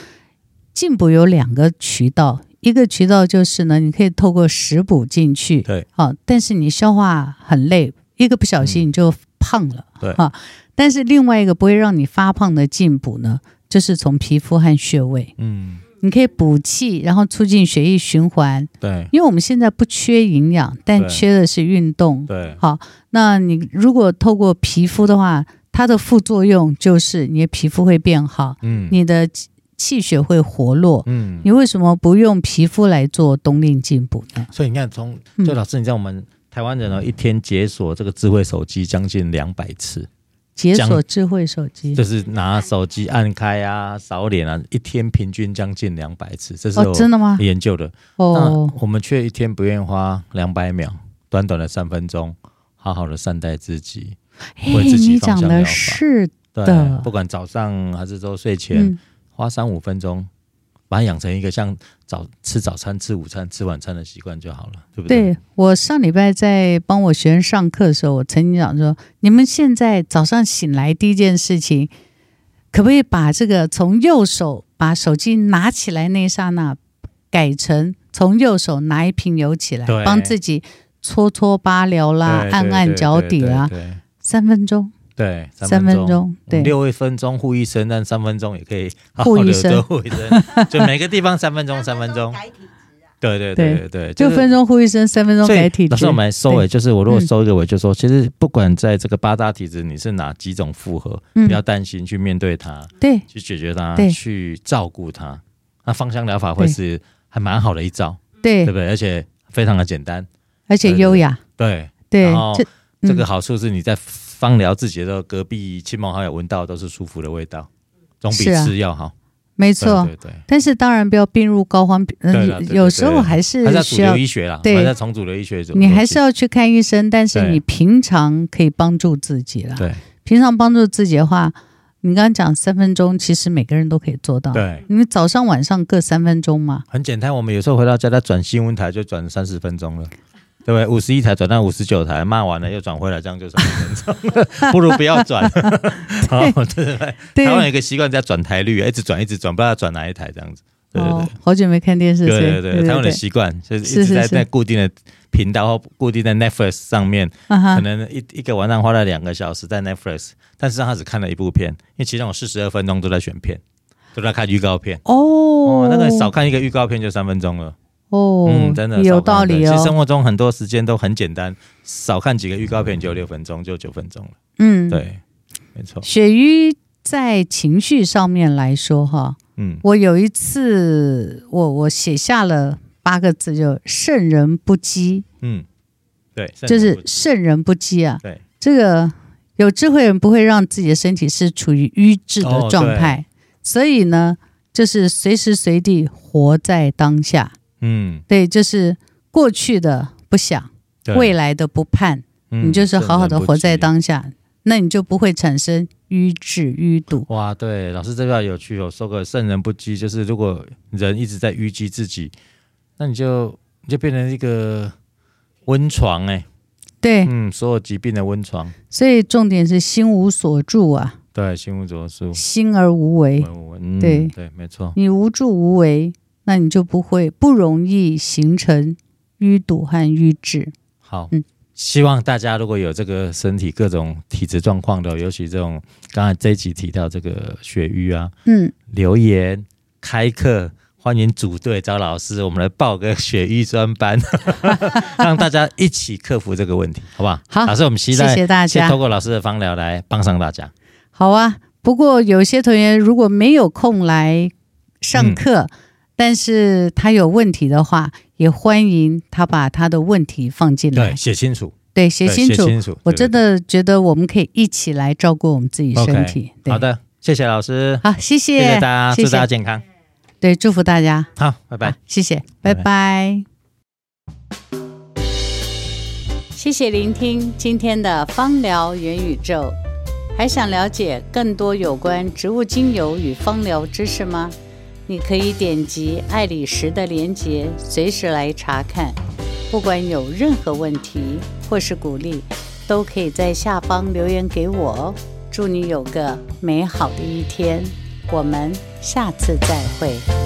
Speaker 1: 进补有两个渠道，一个渠道就是呢，你可以透过食补进去，
Speaker 2: 对，
Speaker 1: 好、但是你消化很累，一个不小心你就胖了，
Speaker 2: 嗯对
Speaker 1: 啊。但是另外一个不会让你发胖的进补呢，就是从皮肤和穴位，
Speaker 2: 嗯，
Speaker 1: 你可以补气，然后促进血液循环，
Speaker 2: 对
Speaker 1: 因为我们现在不缺营养，但
Speaker 2: 对
Speaker 1: 缺的是运动。
Speaker 2: 对，
Speaker 1: 那你如果透过皮肤的话，它的副作用就是你的皮肤会变好，
Speaker 2: 嗯
Speaker 1: 你的气气血会活络。
Speaker 2: 嗯，
Speaker 1: 你为什么不用皮肤来做冬令进补呢？
Speaker 2: 所以你看，从
Speaker 1: 嗯
Speaker 2: 就老师，你知道我们台湾人哦，一天解锁这个智慧手机将近两百次，
Speaker 1: 解锁
Speaker 2: 讲
Speaker 1: 智慧手机
Speaker 2: 就是拿手机按开啊、扫脸啊，一天平均将近两百次，这是
Speaker 1: 哦，真
Speaker 2: 我
Speaker 1: 的吗？
Speaker 2: 研究的。
Speaker 1: 哦
Speaker 2: 那，我们却一天不愿意花两百秒，短短的三分钟，好好的善待自己。
Speaker 1: 嘿，
Speaker 2: 为自己
Speaker 1: 哎你
Speaker 2: 方
Speaker 1: 讲
Speaker 2: 向
Speaker 1: 的
Speaker 2: 疗法
Speaker 1: 是的
Speaker 2: 对，不管早上还是说睡前，
Speaker 1: 嗯，
Speaker 2: 花三五分钟，把它养成一个像早吃早餐、吃午餐、吃晚餐的习惯就好了，对不对？
Speaker 1: 对我上礼拜在帮我学生上课的时候，我曾经讲说，你们现在早上醒来第一件事情，可不可以把这个从右手把手机拿起来那一刹那，改成从右手拿一瓶油起来
Speaker 2: 对，
Speaker 1: 帮自己搓搓巴聊啦
Speaker 2: 对，
Speaker 1: 按按脚底啦，，
Speaker 2: 对对对
Speaker 1: 三分钟，
Speaker 2: 对，对
Speaker 1: 三分。钟，
Speaker 2: 我们
Speaker 1: 对，
Speaker 2: 六分钟护一生，但三分钟也可以好
Speaker 1: 护
Speaker 2: 好
Speaker 1: 一
Speaker 2: 的
Speaker 1: 生
Speaker 2: 做护一生，就每个地方三分钟，三分 钟。对对对对对，
Speaker 1: 六
Speaker 2: 就是
Speaker 1: 分钟呼一声，三分钟
Speaker 2: 所以
Speaker 1: 改体
Speaker 2: 老
Speaker 1: 质
Speaker 2: 师，我，们来收尾，
Speaker 1: 对
Speaker 2: 就是我如果
Speaker 1: 嗯
Speaker 2: 收一个尾，就说，其实不管在这个八大体质，你是哪几种复合，
Speaker 1: 嗯
Speaker 2: 不要担心去面对它，
Speaker 1: 对，
Speaker 2: 去解决它，
Speaker 1: 对
Speaker 2: 去照顾它。那芳香疗法会
Speaker 1: 对
Speaker 2: 是还蛮好的一招，对
Speaker 1: 对
Speaker 2: 不，对？而且非常的简单，
Speaker 1: 而且
Speaker 2: 对对
Speaker 1: 优雅，
Speaker 2: 对。
Speaker 1: 对
Speaker 2: 然，后
Speaker 1: 这
Speaker 2: 这
Speaker 1: 嗯
Speaker 2: 个好处是你在芳疗自己的时候，隔壁亲朋好友闻到都是舒服的味道，总比
Speaker 1: 是啊
Speaker 2: 吃药好。
Speaker 1: 没
Speaker 2: 对
Speaker 1: 错。
Speaker 2: 对对，
Speaker 1: 但是啊当然不要病入膏肓，
Speaker 2: 对啦
Speaker 1: 嗯，
Speaker 2: 对
Speaker 1: 有
Speaker 2: 对
Speaker 1: 时候
Speaker 2: 对
Speaker 1: 还是
Speaker 2: 还是要主
Speaker 1: 需要
Speaker 2: 流医学啦，
Speaker 1: 对
Speaker 2: 还是要从主流医学走。
Speaker 1: 你还是要去看医生，但是
Speaker 2: 对
Speaker 1: 你平常可以帮助自己了。
Speaker 2: 对
Speaker 1: 平常帮助自己的话，你刚刚讲三分钟，其实每个人都可以做到。
Speaker 2: 对。
Speaker 1: 你们早上晚上各三分钟嘛。
Speaker 2: 很简单，我们有时候回到家，他转新闻台就转三十分钟了，对不对？五十一台转到五十九台，骂完了又转回来，这样就三十分钟了，不 如不要转。好，对
Speaker 1: 对
Speaker 2: 台湾有一个习惯叫转台率，一直转一直转，不知道转哪一台这样子。对对
Speaker 1: 哦，好久没看电视，
Speaker 2: 对
Speaker 1: 所以
Speaker 2: 对对对，台湾
Speaker 1: 对，
Speaker 2: 的习惯就是
Speaker 1: 是
Speaker 2: 一直在
Speaker 1: 是
Speaker 2: 在固定的频道或固定的 Netflix 上面，
Speaker 1: 啊
Speaker 2: 可
Speaker 1: 哈，
Speaker 2: 能一一个晚上花了两个小时在 Netflix，但是他只看了一部片，因为其中有四十二分钟都在选片，都在看预告片。
Speaker 1: 哦
Speaker 2: 哦，，那个少看一个预告片就三分钟了。
Speaker 1: 哦，
Speaker 2: 嗯，真的
Speaker 1: 有
Speaker 2: 少看
Speaker 1: 道理
Speaker 2: 对其实生
Speaker 1: 哦。
Speaker 2: 活中很多时间都很简单，少看几个预告片就六分钟，就九分钟了。
Speaker 1: 嗯，
Speaker 2: 对，没错。
Speaker 1: 鳕鱼在情绪上面来说，哈，
Speaker 2: 嗯，
Speaker 1: 我有一次，我我写下了八个字，就“圣人不羁
Speaker 2: 嗯，对，”，
Speaker 1: 就是圣人不羁啊。
Speaker 2: 对，
Speaker 1: 这个有智慧人不会让自己的身体是处于瘀滞
Speaker 2: 哦
Speaker 1: 的状态，所以呢，就是随时随地活在当下。
Speaker 2: 嗯，
Speaker 1: 对，就是过去的不想，
Speaker 2: 对
Speaker 1: 未来的不盼，
Speaker 2: 嗯
Speaker 1: 你就是好好的活在。
Speaker 2: 圣人
Speaker 1: 当下，那你就不会产生瘀滞、淤堵
Speaker 2: 不。羁哇，对，老师这个有趣哦，说个圣人不羁，就是如果人一直在淤积自己，那你就你就变成一个温床哎、
Speaker 1: 对，
Speaker 2: 嗯，所有疾病的 温床，
Speaker 1: 所以重点是心无所住啊，
Speaker 2: 对，心无浊素，
Speaker 1: 心而无为。
Speaker 2: 文文嗯，
Speaker 1: 对
Speaker 2: 对，没错，
Speaker 1: 你无助无为，那你就不会不容易形成淤堵和淤滞。
Speaker 2: 好，
Speaker 1: 嗯
Speaker 2: 希望大家如果有这个身体各种体质状况的，尤其这种刚才这一集提到这个血瘀啊，
Speaker 1: 嗯，
Speaker 2: 留言开课，欢迎组队找老师，我们来报个血瘀专班， 让大家一起克服这个问题，好不好？
Speaker 1: 好
Speaker 2: 老师，我们期
Speaker 1: 谢
Speaker 2: 待
Speaker 1: 谢大
Speaker 2: 先
Speaker 1: 家
Speaker 2: 透。过老师的方疗来帮上大家。
Speaker 1: 好啊，不过有些同学如果没有空来上课，
Speaker 2: 嗯
Speaker 1: 但是他有问题的话，也欢迎他把他的问题放进来
Speaker 2: 对，，写清楚，
Speaker 1: 对，写
Speaker 2: 对
Speaker 1: 清楚。
Speaker 2: 清楚
Speaker 1: 我真
Speaker 2: 对
Speaker 1: 的觉得我们可以一起来照顾我们自己
Speaker 2: 对对
Speaker 1: 身体。
Speaker 2: OK，
Speaker 1: 对
Speaker 2: 好，的，谢谢老师，
Speaker 1: 好，谢谢
Speaker 2: 谢谢大家，
Speaker 1: 谢
Speaker 2: 祝大家
Speaker 1: 谢，
Speaker 2: 健康，
Speaker 1: 对，祝福大家，
Speaker 2: 好，拜拜
Speaker 1: 好。，谢谢，
Speaker 2: 拜拜
Speaker 1: 拜拜谢谢聆听今天的芳疗元宇宙，还想了解更多有关植物精油与芳疗知识吗？你可以点击爱理石的连结，随时来查看。不管有任何问题或是鼓励，都可以在下方留言给我哦。祝你有个美好的一天，我们下次再会。